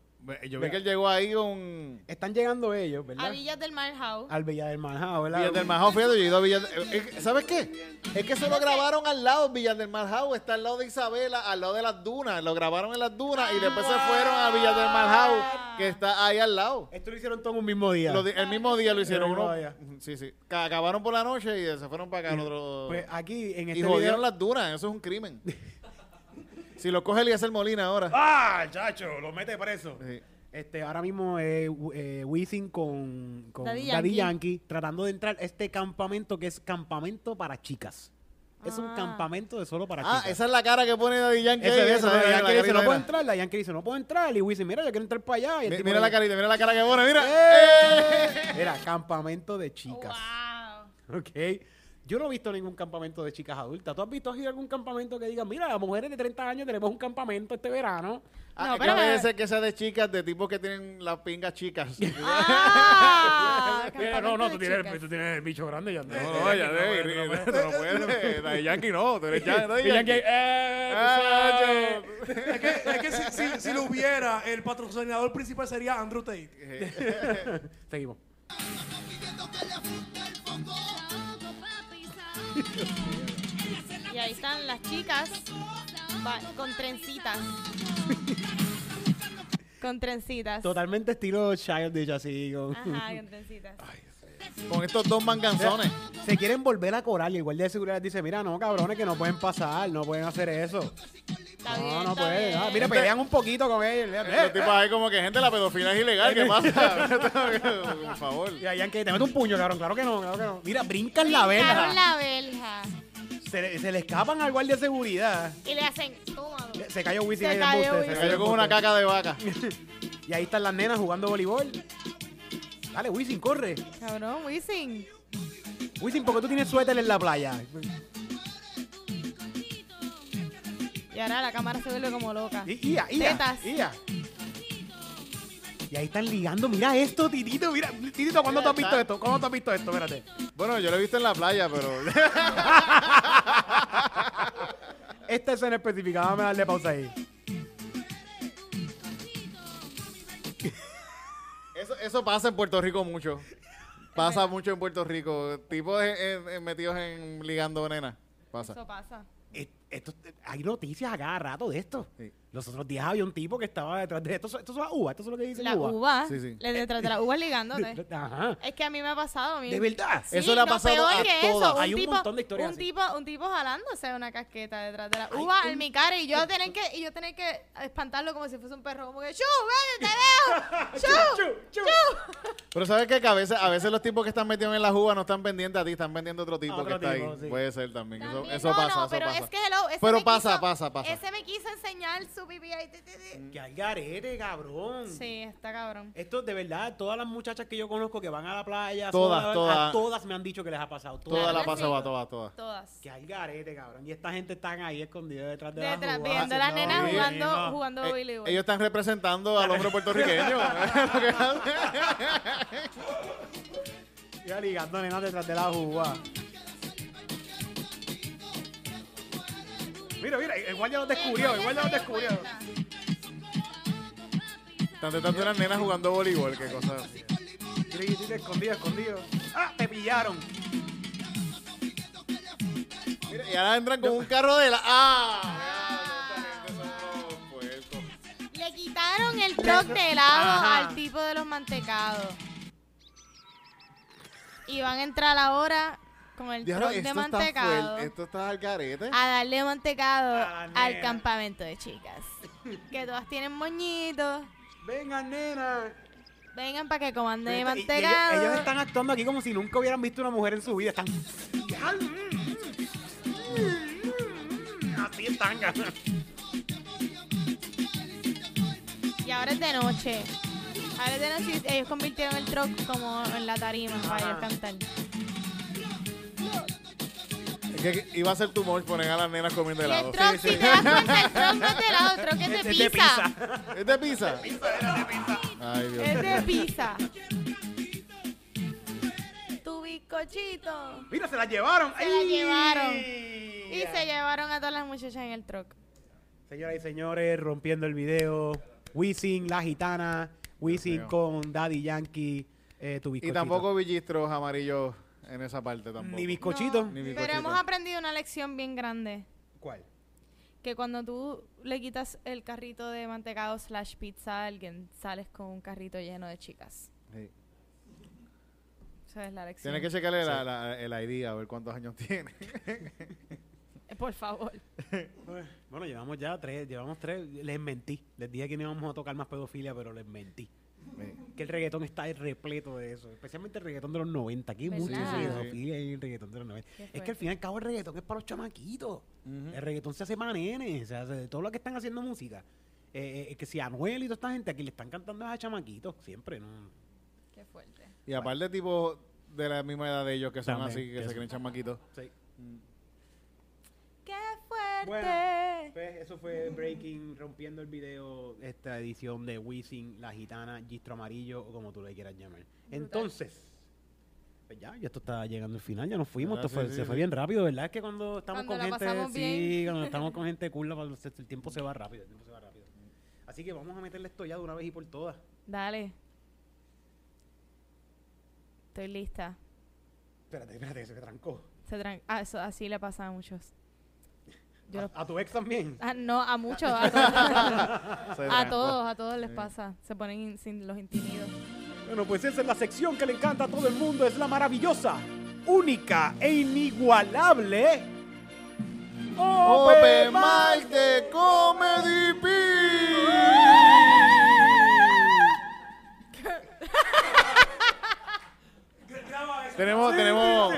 Yo vi que él llegó ahí con Están llegando ellos, A ¿verdad? Villas del Mar House. Al Villa del Manjao, ¿verdad? Villas del Mar Fíjate, yo he ido a Villas eh, eh, ¿Sabes qué? Es que se lo grabaron al lado, Villas del Mar House. Está al lado de Isabela, al lado de las dunas. Lo grabaron en las dunas y después se fueron a Villas del Mar House, que está ahí al lado. Esto lo hicieron todo en un mismo día. Lo di- el mismo día lo hicieron. mismo uno- día. sí, sí. Ca- Acabaron por la noche y eh, se fueron para acá al otro. Pues aquí, en y este jodieron video... las dunas, eso es un crimen. si lo coge Eliezer Molina ahora. ¡Ah, chacho! Lo mete preso. Sí. Este, ahora mismo eh, Wi- eh, Wisin con, con Daddy, Daddy Yankee. Yankee. tratando de entrar a este campamento que es campamento para chicas. Es un Ah. campamento de solo para Ah, chicas. esa es la cara que pone Daddy Yankee. Ese ahí, de esa eso, es ¿no? la Yankee cara dice, no que puedo pone. entrar, la Yankee dice, no puedo entrar, y Wisin, mira, yo quiero entrar para allá. Y el Mi- tipo Mira de- la carita, mira la cara que pone, mira. ¡Eh! Era campamento de chicas, Wow. ¿ok? Yo no he visto ningún campamento de chicas adultas. ¿Tú has visto aquí algún campamento que diga, mira, las mujeres de 30 años tenemos un campamento este verano? Ah, No, es que pero- puede ser que sea de chicas, de tipos que tienen las pingas (laughs) chicas. Ah, Eh, campamento de chicas. tienes el bicho grande ya. No, no, (laughs) (laughs) ya de, tú no puedes. Daddy Yankee no, (laughs) tú eres ya- Daddy Yankee. eh, Ah, yo- Es que, es que si, si- si lo hubiera, el patrocinador principal sería Andrew Tate. (laughs) Seguimos. Y ahí están las chicas va- con trencitas. Con trencitas. Totalmente estilo childish así. con- Ajá, con trencitas. Con estos dos manganzones. Se quieren volver a coral y el guardia de seguridad les dice, mira, no, cabrones, que no pueden pasar, no pueden hacer eso. Está no, bien, no está pueden. bien. Ah, mira, pelean un poquito con ellos. Los tipos ahí como que gente, la pedofilia es ilegal, ¿qué pasa? (laughs) Por favor. Y ahí que te mete un puño, cabrón, claro que no, claro que no. Mira, brincan la Brincaron vela. la verja. Se, le- se le escapan al guardia de seguridad. Y le hacen, tómalo. Le- Se cayó Wisin Se ahí del cayó embuste, Wisin. Se cayó cayó del con una embuste. caca de vaca. Y ahí están las nenas jugando voleibol. Dale, Wisin, corre. Cabrón, Wisin. Wisin, ¿por qué tú tienes suéter en la playa? Y ahora la cámara se vuelve como loca. Y, ia, ia, Tetas. ia. Y ahí están ligando. Mira esto, Titito. Mira, Titito, ¿cuándo tú has visto esto? ¿Cuándo tú has visto esto? Espérate. Bueno, yo lo he visto en la playa, pero. (laughs) Esta escena específica, dame darle pausa ahí. Eso, eso pasa en Puerto Rico (laughs) mucho. Pasa mucho en Puerto Rico. Tipos en- en- metidos en ligando nena. Pasa. Eso pasa. Eh, Esto, eh, hay noticias a cada rato de esto. Sí. Los otros días había un tipo que estaba detrás de esto. Esto es la uva, esto es lo que dice La uva. uva. Sí, sí. le- Detrás de la uva (laughs) ligándote. Ajá. Es que a mí me ha pasado. A mí. De verdad. Sí, Eso le ha no, pasado peor a que eso, todas. Hay un montón de historias Un así. tipo, un tipo jalándose una casqueta detrás de la uva en mi cara y yo tener que, y yo tener que espantarlo como si fuese un perro. Como que, ¡Chu! ven, (laughs) te veo! ¡Chu! Pero sabes qué? que a veces, a veces los tipos que están metidos en la uva no están pendientes a ti, están pendientes a otro tipo A otro que está tipo, ahí. sí. Puede ser también. Eso- También- eso no, pasa, no, eso pero pasa. es que hello, ese Pero me pasa, quiso- pasa, pasa. Ese me quiso enseñar su pipi ahí. ti, ti, ti. Que al garete, cabrón. Mm. Sí, está cabrón. Esto, de verdad, todas las muchachas que yo conozco que van a la playa, Todas, solas, todas. A todas me han dicho que les ha pasado. Todas. Toda la Claro que pasa sí. va, toda, toda. Todas. Que al garete, cabrón. Y esta gente están ahí escondida detrás de la Detrás, viendo a las nenas Ah, Sí, jugando, misma. jugando Eh, voleibol. ellos están representando al hombre puertorriqueño. (laughs) Lo que hacen. Ya ligando nenas detrás de la uva. Mira, mira, el guardia los descubrió, el guardia los descubrió. Tanto tanto las nenas jugando voleibol, qué cosa. Gritito, escondido, escondido. ¡Ah! ¡Te pillaron! Mira, y ahora entran con un carro de la. ¡Ah! Mira, esta gente son unos puercos. Le quitaron el truck de helado Ajá. al tipo de los mantecados. Y van a entrar ahora con el Diablo, truck de esto está mantecado fuerte, esto está al garete. a darle mantecado Ah, nena. al campamento de chicas. Que todas tienen moñitos. ¡Venga, nena! Vengan para que coman Y- y de ellos- mantecado. ellos están actuando aquí como si nunca hubieran visto una mujer en su vida. Están. Así están. Y ahora es de noche. Ahora es de noche y ellos convirtieron el truck como en la tarima para Ajá. ellos cantar. Es que iba a ser tu humor poner a las nenas comiendo Y el helado. truck, si te das cuenta, el truck no es de helado, el truck es de (laughs) Este Es de (laughs) pizza. pizza. Este ¿Es de pizza? Ay, Dios. (laughs) Es de pizza. Tu bizcochito. Mira, se la llevaron. Se la ¡Ay! llevaron. Y se llevaron a todas las muchachas en el truck. Señoras y señores, rompiendo el video. Wisin, la gitana. Wisin mío. con Daddy Yankee. Eh, tu Y bizcochito. tampoco billistros amarillos en esa parte tampoco. Ni bizcochito. No, Ni bizcochito. pero hemos aprendido una lección bien grande. ¿Cuál? Que cuando tú le quitas el carrito de mantecado slash pizza a alguien, sales con un carrito lleno de chicas. Sí. Esa es la lección. Tienes que checarle la- la- el ID a ver cuántos años (laughs) tiene. Eh, Por favor. Bueno, llevamos ya tres, llevamos tres. Les mentí. Les dije que no íbamos a tocar más pedofilia, pero les mentí. Que el reggaetón está repleto de eso. Especialmente el reggaetón de los 90. Aquí hay ¿Verdad? mucho de Pues Sí, sí, sí. pedofilia en el reggaetón de los 90. Qué Es que fuerte. al fin y al cabo el reggaetón es para los chamaquitos. El reggaetón se hace para nenes. O sea, de todo lo que están haciendo música. Eh, eh, que si Anuel y toda esta gente aquí le están cantando es a chamaquitos. Siempre, ¿no? Qué fuerte. Y aparte, tipo de la misma edad de ellos que son También, así, que que se son- creen chamaquitos. Sí. Qué fuerte. Pues eso fue Breaking, rompiendo el video, esta edición de Wisin, La Gitana, Gistro Amarillo, o como tú le quieras llamar. Entonces, pues ya, ya esto está llegando al final, ya nos fuimos, Ah, esto sí, fue, sí, se fue sí. bien rápido, ¿verdad? Es que cuando estamos Cuando la con gente, pasamos sí, bien. (laughs) cuando estamos con gente cool, la- el el tiempo se va rápido, el tiempo se va rápido. Así que vamos a meterle esto ya de una vez y por todas. Dale. Estoy lista. Espérate, espérate, que se me trancó. Se tran- ah, eso, así le pasa a muchos. Yo los- A, a tu ex también. ah, no, a muchos. (laughs) A todos, a todos, a todos les Sí. pasa. Se ponen in- sin los intimidos. Bueno, pues esa es la sección que le encanta a todo el mundo. Es la maravillosa, única e inigualable. Open Mic de Comedy Beat. Graba eso. tenemos, tenemos. sí.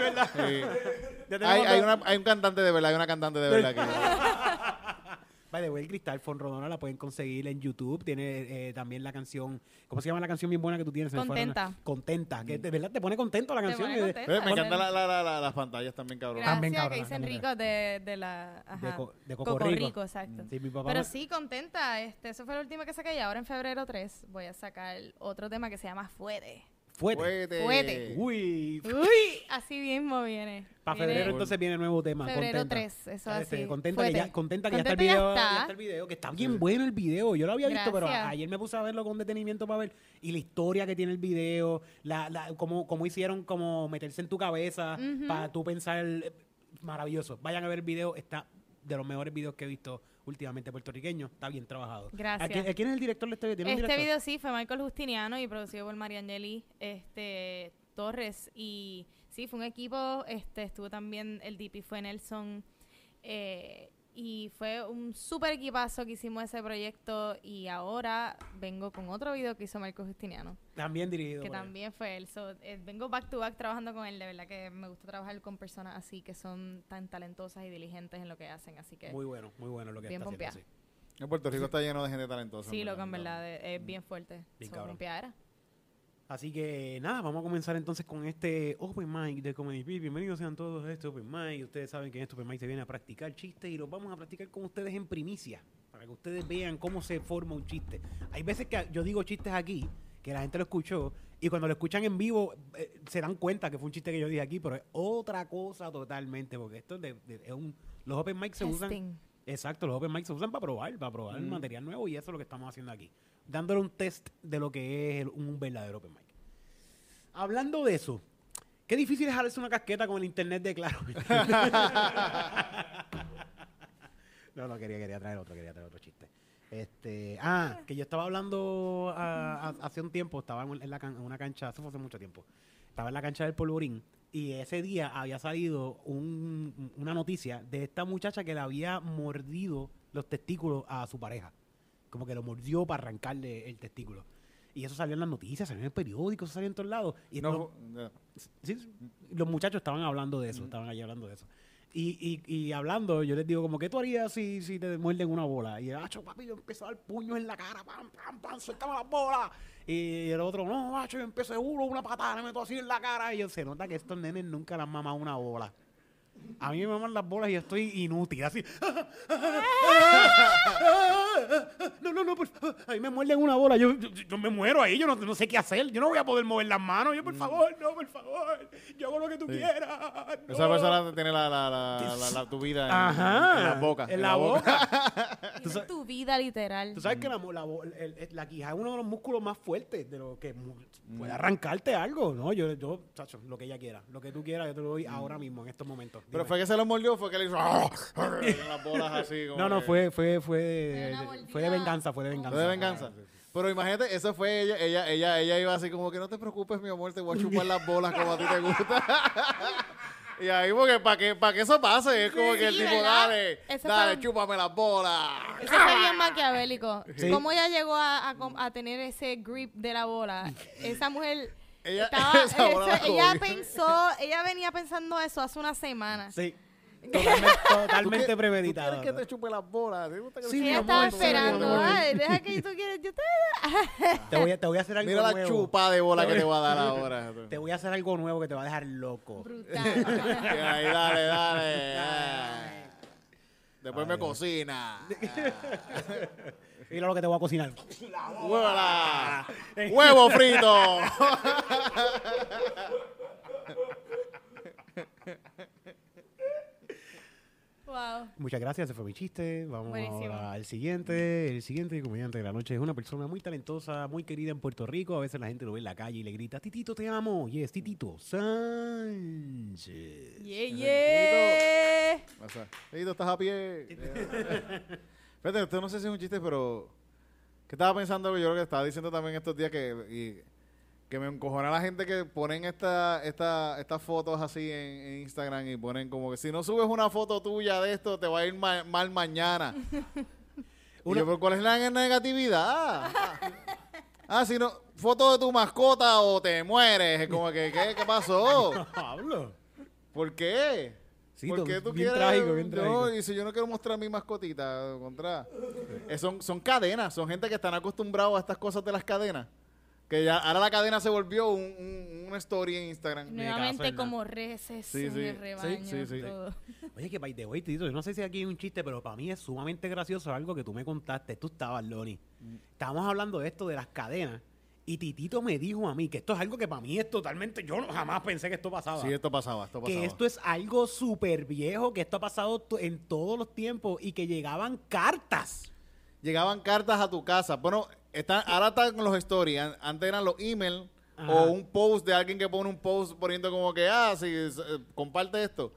Ya tenemos Hay, hay dos. una- hay un cantante de verdad, hay una cantante de verdad (laughs) aquí. By the way, el Cristal Fon Rodona la pueden conseguir en YouTube. Tiene eh, también la canción. ¿Cómo se llama la canción bien buena que tú tienes? Se me fue ahora. Contenta. Contenta. Que de verdad te pone contento la Te canción. pone y de- contenta. Eh, Me encantan la- la- la- la- las pantallas también, cabrón. Gracias También, que cabrona, dicen también, ricos de, de la... Ajá. de, co- de Coco Coco Rico. Rico, exacto. Sí, mi papá Pero me- sí, contenta. Este, eso fue lo último que saqué y ahora en febrero 3 voy a sacar otro tema que se llama Fuete. Fuete. Fuete. Fuete. Uh, Uy. Uy, así mismo viene. Para Viene febrero entonces viene nuevo tema. Febrero contenta. 3, eso Este, así. contenta, que Fuete. ya, contenta que ya está el Contenta video. ya está. ya está el video, que está bien bueno el video. Yo lo había visto, pero Gracias. a- ayer me puse a verlo con detenimiento para ver. Y la historia que tiene el video, la, la, cómo, cómo hicieron como meterse en tu cabeza Ujú. para tú pensar. eh, Maravilloso. Vayan a ver el video, está de los mejores videos que he visto últimamente puertorriqueño. Está bien trabajado. Gracias. ¿A quién, a quién es el director de este video? ¿Tiene un Este director? video sí fue Michael Justiniano y producido por Mariangeli este, Torres. Y sí, fue un equipo. Este, estuvo también el DP, fue Nelson. eh, y fue un súper equipazo que hicimos ese proyecto. Y ahora vengo con otro video que hizo Michael Justiniano, También dirigido. que por él. también fue él. So, eh, vengo back to back trabajando con él. De verdad que me gusta trabajar con personas así que son tan talentosas y diligentes en lo que hacen. Así que Muy bueno, muy bueno lo que Bien está haciendo, pompeado. sí. En Puerto Rico está lleno de gente talentosa. sí, loco, en verdad eh, es bien fuerte. Bien So, cabrón. pompeadera. Así que nada, vamos a comenzar entonces con este Open Mic de Comedy Beat. Bienvenidos sean todos a este Open Mic. Ustedes saben que en este Open Mic se viene a practicar chistes y los vamos a practicar con ustedes en primicia, para que ustedes vean cómo se forma un chiste. Hay veces que yo digo chistes aquí, que la gente lo escuchó, y cuando lo escuchan en vivo eh, se dan cuenta que fue un chiste que yo dije aquí, pero es otra cosa totalmente, porque esto es, de- de- es un... Los Open Mic se usan... Testing. Exacto, los open mics se usan para probar, para probar material nuevo y eso es lo que estamos haciendo aquí. Dándole un test de lo que es el- un verdadero open mic. Hablando de eso, qué difícil es jalarse una casqueta con el internet de claro. (laughs) no, no, quería, quería traer otro, quería traer otro chiste. Este, ah, que yo estaba hablando ah, ha- hace un tiempo, estaba en, en la can- en una cancha, eso fue hace mucho tiempo, estaba en la cancha del polvorín y ese día había salido un- una noticia de esta muchacha que le había mordido los testículos a su pareja. Como que lo mordió para arrancarle el testículo. Y eso salió en las noticias, salió en el periódico, eso salió en todos lados. Y No, no- fu- no. Sí, sí, los muchachos estaban hablando de eso, estaban allí hablando de eso. Y, y, y hablando, yo les digo, como, ¿qué tú harías si, si te muerden una bola? Y el macho, papi, yo empiezo a dar puños en la cara, pam, pam, pam, suéltame las bolas. Y el otro, no, macho, yo empiezo seguro, una patada, me meto así en la cara. Y yo, se nota que estos nenes nunca les han mamado una bola. A mí me maman las bolas y yo estoy inútil, así. (laughs) No, no, no, por favor. Ahí me muerden una bola. Yo, yo- yo me muero ahí. Yo no, no sé qué hacer. Yo no voy a poder mover las manos. Yo, por favor, no, por favor. Yo hago lo que tú Mm. Sí. quieras. Esa no. persona tiene la, la, la, la- la- tu vida en, Uh. Ajá. en la boca. En (laughs) la boca. Esa es tu vida literal. Tú sabes que la, mo- la, bo- el- el- la quijada es uno de los músculos más fuertes de lo que mu- Mm. puede arrancarte algo. No, yo, yo, chacho, lo que ella quiera. Lo que tú quieras, yo te lo doy ahora mismo, en estos momentos. Mm. Pero Dime. fue que se lo mordió, fue que le hizo. (laughs) con las bolas así. como No, no, que- fue, fue, fue, de, una de- fue mordida. de venganza, fue de venganza. Ah, Fue de venganza. Pero imagínate, eso fue ella, ella, ella, ella iba así como que no te preocupes, mi amor, te voy a chupar las bolas como a ti te gusta. (laughs) y ahí porque para que, para que eso pase, es como Sí, que el tipo, ¿verdad? dale, Eso dale, fue- chúpame las bolas. Eso fue Ah. bien maquiavélico. Sí. ¿Cómo ella llegó a, a com- a tener ese grip de la (laughs) bola? Esa mujer Ella- estaba. (laughs) esa bola la eso- ella cogió. pensó, ella venía pensando eso hace una semana. Sí. Totalmente, ¿Tú totalmente qué- premeditado. ¿Tú quieres que te chupe las bolas? ¿Te gusta que Sí, te mi Ella chupe estaba las bolas? esperando. mi amor. Ay, deja que tú quieras. Yo te. (laughs) Te voy, a, te voy a hacer algo Mira la nuevo. chupa de bola que te voy (laughs) a dar ahora. Te voy a hacer algo nuevo que te va a dejar loco. Brutal. (laughs) Ahí, dale, dale. ah. Después me (laughs) cocina. Mira lo que te voy a cocinar. (laughs) ¡Huevola! ¡Huevo frito! wow. Muchas gracias, ese fue mi chiste. Vamos Buenísimo. ahora al siguiente. El siguiente comediante de la noche es una persona muy talentosa, muy querida en Puerto Rico. A veces la gente lo ve en la calle y le grita, Titito, te amo. Y es Titito Sánchez. Yeah, yeah. Pasa. Tito, estás a pie. Fíjate, esto no sé si es un chiste, pero. Que estaba pensando, yo creo que estaba diciendo también estos días que. y- que me encojona la gente que ponen esta, esta, estas fotos así en, en Instagram y ponen como que si no subes una foto tuya de esto, te va a ir ma- mal mañana. Y Una- yo, "¿Pero ¿cuál es la negatividad? Ah, ah. Ah, si no, foto de tu mascota o te mueres. Es Como que, ¿qué, qué pasó? Pablo. ¿Por qué? Sí, ¿Por todo qué tú bien quieres? trágico, bien yo, trágico. Y si yo no quiero mostrar mi mascotita, contra. Eh, son, son cadenas, son gente que están acostumbrados a estas cosas de las cadenas. Que ya, ahora la cadena se volvió un, un- una story en Instagram. Nuevamente Fernan. como reces Sí, en sí. el Sí, rebaño. sí, sí. todo. Oye, que by the way, Titito, yo no sé si aquí hay un chiste, pero para mí es sumamente gracioso algo que tú me contaste. Tú estabas, Loni. Estábamos hablando de esto, de las cadenas. Y Titito me dijo a mí que esto es algo que para mí es totalmente. Yo no- jamás pensé que esto pasaba. Sí, esto pasaba, esto pasaba. que esto es algo súper viejo, que esto ha pasado to- en todos los tiempos y que llegaban cartas. Llegaban cartas a tu casa. Bueno, están, ahora están con los stories. An- Antes eran los emails Ajá. o un post de alguien que pone un post poniendo como que, ah, si comparte esto.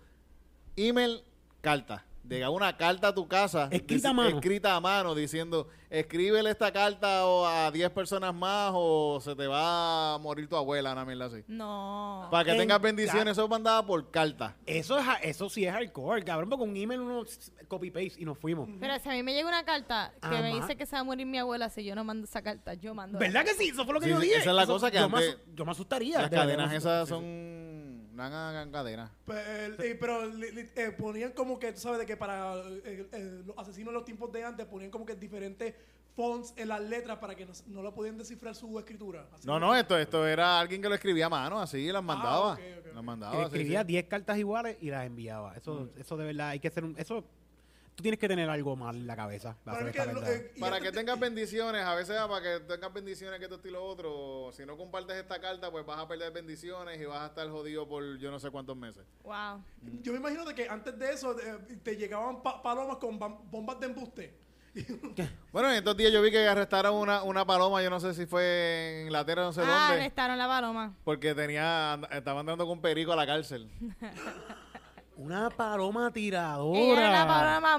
Email, carta. Llegaba una carta a tu casa. Escrita a dic- mano. Escrita a mano diciendo, escríbele esta carta o a 10 personas más o se te va a morir tu abuela, una mierda así. No. Para que En tengas bendiciones, eso mandaba por carta. Eso, es, a- eso sí es alcohol, cabrón, porque un email uno s- copy-paste y nos fuimos. Pero si a mí me llega una carta que me Ama- dice que se va a morir mi abuela, si yo no mando esa carta, yo mando. la ¿Verdad que sí? Eso fue lo que Sí, yo sí, dije. esa es la Eso- cosa que yo, me antes- asu- yo me asustaría. Las de verdad, cadenas me esas asustaría. son... No hagan cadenas. Pe- el- y- Pero li- li- eh, ponían como que, tú sabes, de que para eh, eh, los asesinos de los tiempos de antes ponían como que diferentes fonts en las letras para que no, s- no lo podían descifrar su escritura. Así No, que- no, esto, esto era alguien que lo escribía a mano, así, las mandaba. Ah, ok, ok, Las ok. mandaba. Que le Ah, sí, escribía sí. 10 cartas iguales y las enviaba. Eso, eso de verdad hay que hacer un. Eso Tú tienes que tener algo mal en la cabeza. para Para hacer mí esta que lo- pendeja. eh, y Para esto que te- tengas bendiciones, a veces ah, para que tengas bendiciones que esto y lo otro, si no compartes esta carta, pues vas a perder bendiciones y vas a estar jodido por yo no sé cuántos meses. Wow. Yo me imagino de que antes de eso eh, te llegaban pa- palomas con bam- bombas de embuste. (laughs) Bueno, en estos días yo vi que arrestaron una, una paloma, yo no sé si fue en Inglaterra, no sé Ah, dónde, arrestaron la paloma. porque tenía, and- estaba andando con un perico a la cárcel. Una paloma Ella tiradora. era la paloma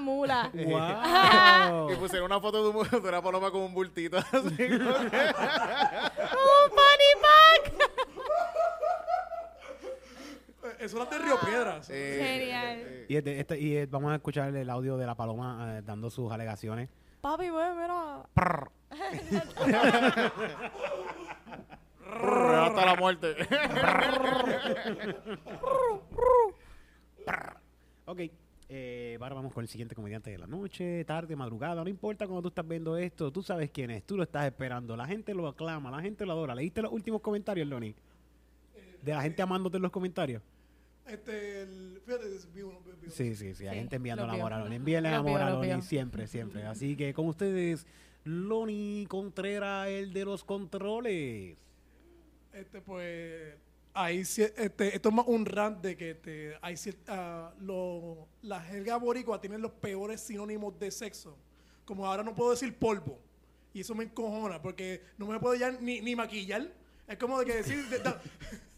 (laughs) mula. Eh. Guau. Y pusieron una foto de, un- (laughs) de una paloma con un bultito (laughs) así. como que- ¡Un panipack! Eh, Eso era de Río Piedras. Eh, (laughs) Genial. eh, Y, este- este- y, eh, vamos a escuchar el audio de la paloma eh, dando sus alegaciones. Papi, güey, mira. brr, hasta la muerte. Ok, eh, ahora vamos con el siguiente comediante de la noche, tarde, madrugada, no importa cuando tú estás viendo esto, tú sabes quién es, tú lo estás esperando, la gente lo aclama, la gente lo adora. ¿Leíste los últimos comentarios, Loni? De la gente amándote en los comentarios. Este, el, fíjate, vi uno, vi- vi uno. Sí, sí, sí, la Sí, gente enviando lo el vio. amor a Loni. Envíenle Lo amor vio, a lo Loni vio. siempre, siempre. Así que con ustedes, Loni Contreras, el de los controles. Este, pues, ahí, sí- este, esto es más un rant de que este, hay cierta, lo, la jerga boricua tienen los peores sinónimos de sexo. Como ahora no puedo decir polvo. Y eso me encojona, porque no me puedo ya ni, ni maquillar. Es como de que decir, de- da- (laughs)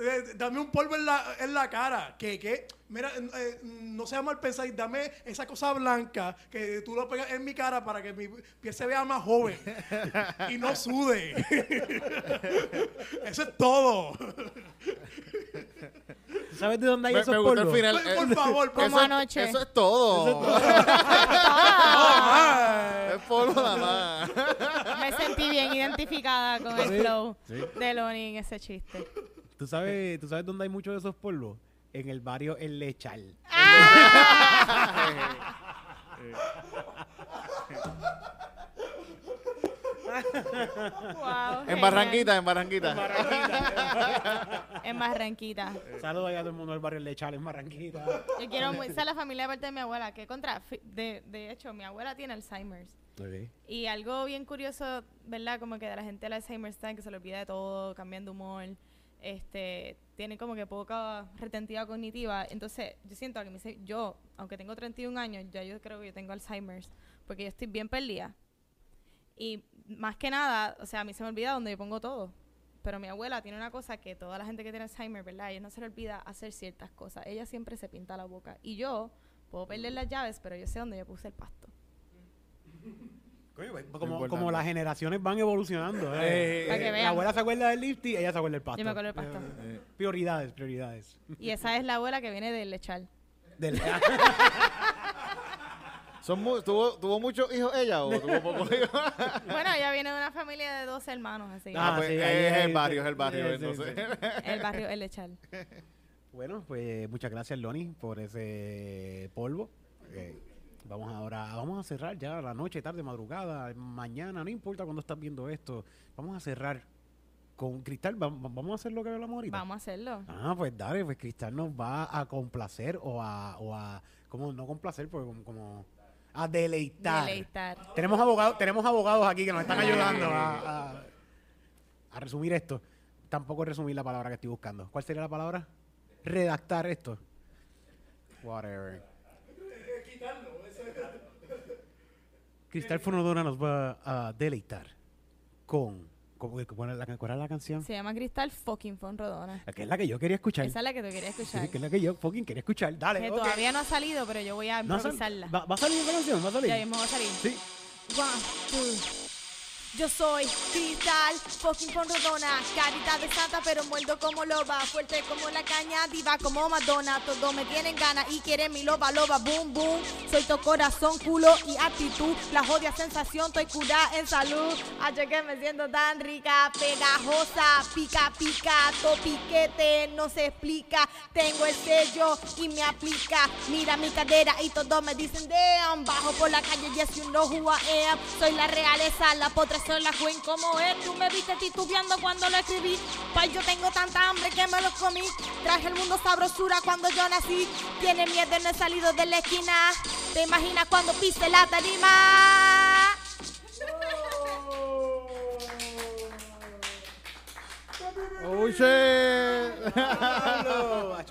eh, dame un polvo en la, en la cara. Que, que, mira, eh, no sea mal pensar, y dame esa cosa blanca que tú lo pegas en mi cara para que mi piel se vea más joven y no sude. (laughs) Eso es todo. ¿Sabes de dónde hay me, esos me gustó el polvos? final. Por- Eh, por favor, por- Como eso, es- anoche. Eso es todo. es polvo nada más. Ah, (laughs) Me sentí bien identificada con el flow de Loni en ese chiste. ¿Tú sabes, ¿Tú sabes dónde hay muchos de esos polvos? En el barrio El Lechal. Wow, En Barranquita, en Barranquita. En Barranquita. Eh. Saludos allá a todo el mundo del barrio El Lechal en Barranquita. Yo quiero mu- esa es la familia de parte de mi abuela, que contra fi- de, de hecho mi abuela tiene Alzheimer's. Y algo bien curioso, ¿verdad? Como que de la gente del Alzheimer's está que se le olvida de todo, cambian de humor, este, tiene como que poca retentiva cognitiva. Entonces, yo siento que me dice, yo, aunque tengo 31 años, ya yo creo que yo tengo Alzheimer's, porque yo estoy bien perdida. Y más que nada, o sea, a mí se me olvida donde yo pongo todo. Pero mi abuela tiene una cosa que toda la gente que tiene Alzheimer, ¿verdad? A ella no se le olvida hacer ciertas cosas. Ella siempre se pinta la boca. Y yo puedo perder las llaves, pero yo sé dónde yo puse el pasto. Como, como las generaciones van evolucionando. ¿eh? Para que La vean. abuela se acuerda del lifty, ella se acuerda del pasto. Eh, Yo me acuerdo del pasto. Prioridades, prioridades. Y esa es la abuela que viene del lechal. (laughs) Del- Son mu- ¿tuvo, ¿Tuvo muchos hijos ella o (laughs) tuvo pocos hijos? Bueno, ella viene de una familia de 12 hermanos, así que Ah, Ah, pues, sí, es, ahí es es- el barrio, es el sí, barrio. sí, entonces. el barrio el lechal. bueno, pues muchas gracias, Loni, por ese polvo. Eh, vamos ahora, vamos a cerrar ya la noche, tarde, madrugada, mañana, no importa cuando estás viendo esto. Vamos a cerrar con Cristal. va- va- Vamos a hacer lo que hablamos ahorita. Vamos a hacerlo. Ah, pues dale, pues Cristal nos va a complacer o a, o a como no complacer, porque como, como a deleitar. Deleitar. Tenemos abogados, tenemos abogados aquí que nos están ayudando a, a- a resumir esto. Tampoco resumir la palabra que estoy buscando. ¿Cuál sería la palabra? Redactar esto. Whatever. Cristal Fonodona nos va a deleitar con, con- ¿cuál, es la, cuál es la canción? Se llama Cristal fucking Fonrodona. Que es la que yo quería escuchar. Esa es la que tú querías Sí, escuchar. que es la que yo fucking quería escuchar. Dale. Que ok. todavía no ha salido, pero yo voy a No sal- improvisarla. va, va a salir la canción, va a salir. Ya mismo va a salir. Sí. One, two. Yo soy cristal, fucking con rodona, carita de santa pero muerto como loba, fuerte como la caña, diva como Madonna, todos me tienen ganas y quieren mi loba, loba, boom, boom, soy tu corazón, culo y actitud, la jodia sensación, estoy curada en salud, ayer que me siento tan rica, pegajosa, pica, pica, to piquete, no se explica, tengo pues el sello y me aplica, mira mi cadera eh, y todos me dicen damn, bajo por la calle, yes you know who I am, soy la realeza, la potra eso la Queen como es. Tú me viste titubeando cuando lo escribí. Pa, yo tengo tanta hambre que me lo comí. Traje el mundo sabrosura cuando yo nací. Tiene miedo, no he salido de la esquina. ¿Te imaginas cuando piste la tarima? ¡Oh, shit!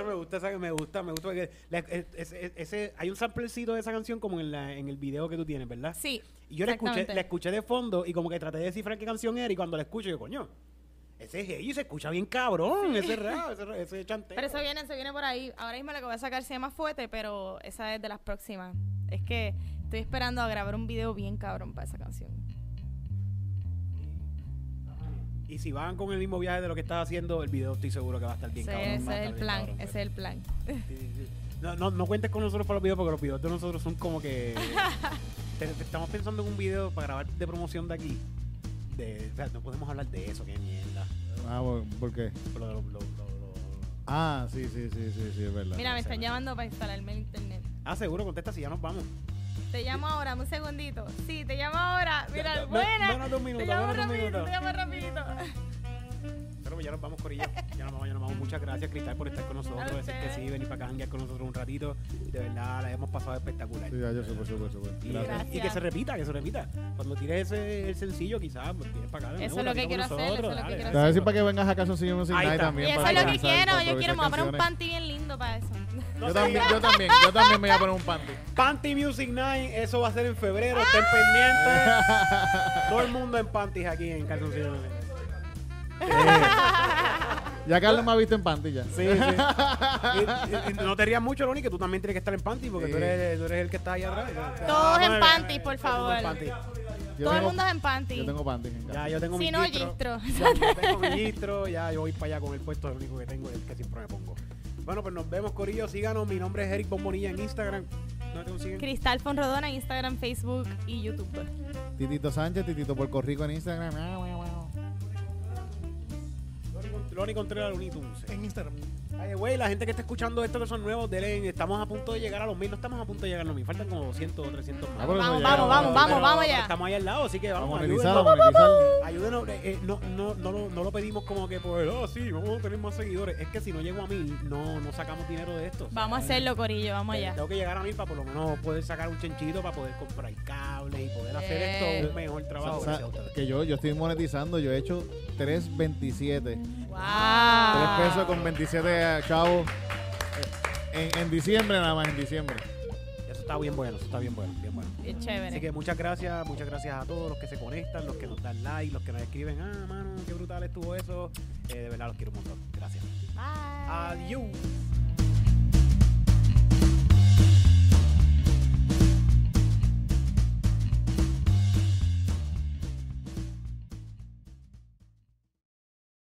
me gusta esa, me gusta, me gusta. porque la- es- es- es- ese, hay un samplecito de esa canción como en, la, en el video que tú tienes, ¿verdad? Sí. Y yo la escuché, exactamente. la escuché de fondo y como que traté de descifrar qué canción era y cuando la escucho yo, coño, ese es y se escucha bien cabrón, ese rap, ese, ra- ese chanteo. Pero eso viene, eso viene por ahí. Ahora mismo la que voy a sacar se llama Fuerte, pero esa es de las próximas. Es que estoy esperando a grabar un video bien cabrón para esa canción. Y si van con el mismo viaje de lo que estás haciendo, el video estoy seguro que va a estar bien Ese, cabrón. ese va a es el estar bien plan, cabrón, ese es el plan. pero- sí, sí, sí. No, no, no cuentes con nosotros para los videos porque los videos de nosotros son (laughs) como que... te- te- estamos pensando en un video para grabar de promoción de aquí. De, o sea, no podemos hablar de eso, qué mierda. (laughs) Ah, ¿por- ¿por qué? Lo- lo- lo- lo- lo- Ah, sí, sí, sí, sí, sí, es verdad. Mira, me están llamando para instalarme el internet. Ah, seguro, contesta si ya nos vamos. Te llamo ahora, dame un segundito. Sí, te llamo ahora. Mira, Da- da- buena. danos dos minutos, te llamo danos dos rapidito, minutos. te llamo rapidito. Pero pues ya nos vamos, Corillo. Ya nos vamos, ya nos vamos. Muchas gracias, Cristal, por estar con nosotros. A Decir que ustedes. sí, venir para acá a janguear con nosotros un ratito. De verdad, la hemos pasado espectacular. Sí, ya, yo supe, supe, supe. Y, Gracias. y que se repita, que se repita. Cuando tires ese el sencillo, quizás, pues tienes para acá. de Eso nuevo, es lo que ratito quiero con hacer, eso nosotros, es lo que dale, quiero Te dale. voy a decir para que vengas a Caso Sin Music Ahí Night está. Y también. eso para es lo que improvisar- quiero. Yo improvisar quiero, me voy a poner un canciones. panty bien lindo para eso. Yo también, yo también, yo también me voy a poner un panty. Panty Music Night, eso va a ser en febrero. Estén pendientes. Todo el mundo en panties aquí en Calzoncillo. Ya Carlos me ha visto en panty ya. Sí, sí. Y- y- y no te rías mucho, Loni, que tú también tienes que estar en panty porque Sí. tú, eres, tú eres el que está ahí atrás. Todos en Bueno, panties, por favor. en panty. Yo Todo el tengo- mundo es en panty. Yo tengo panty en casa. Ya, yo tengo si mi no, distro. gistro. Ya, yo tengo mi distro, ya yo voy para allá con el puesto, el único que tengo es el que siempre me pongo. Bueno, pues nos vemos, Corillo. Síganos. Mi nombre es Eric Bombonilla en Instagram. ¿Dónde te consiguen? Cristal Fonrodona en Instagram, Facebook y YouTube. Titito Sánchez, Titito Puerto Rico en Instagram. Ah, bueno. Loni Cont- Loni Contreras Looney Tunes. En Instagram. Ay, güey, la gente que está escuchando esto que son nuevos, denle, estamos a punto de llegar a los mil. No estamos a punto de llegar a los mil, faltan como 200 o 300 más. Ah, pero Vamos, eso ya- vamos, vamos, vamos, Pero vamos ya. Estamos ahí al lado, así que Vamos vamos, a ayúdenos. monetizar, vamos a monetizar. Ayúdenos, eh, eh, no, no, no, lo, no lo pedimos como que por, oh, sí, vamos a tener más seguidores. Es que si no llego a mil, no, no sacamos dinero de esto. Vamos a hacerlo, Corillo, vamos Eh, allá. Tengo que llegar a mí para por lo menos poder sacar un chenchito para poder comprar cable y poder hacer Eh. esto un mejor trabajo. O sea, gracias a ustedes. que yo, yo estoy monetizando, yo he hecho 3.27. 3 pesos ¡Wow! con 27 chavos. En, en diciembre nada más, en diciembre. Eso está bien bueno, eso está bien bueno, bien bueno. Qué Así chévere. que muchas gracias, muchas gracias a todos los que se conectan, los que nos dan like, los que nos escriben, ah, mano, qué brutal estuvo eso. Eh, de verdad los quiero un montón. Gracias. Bye. Adiós.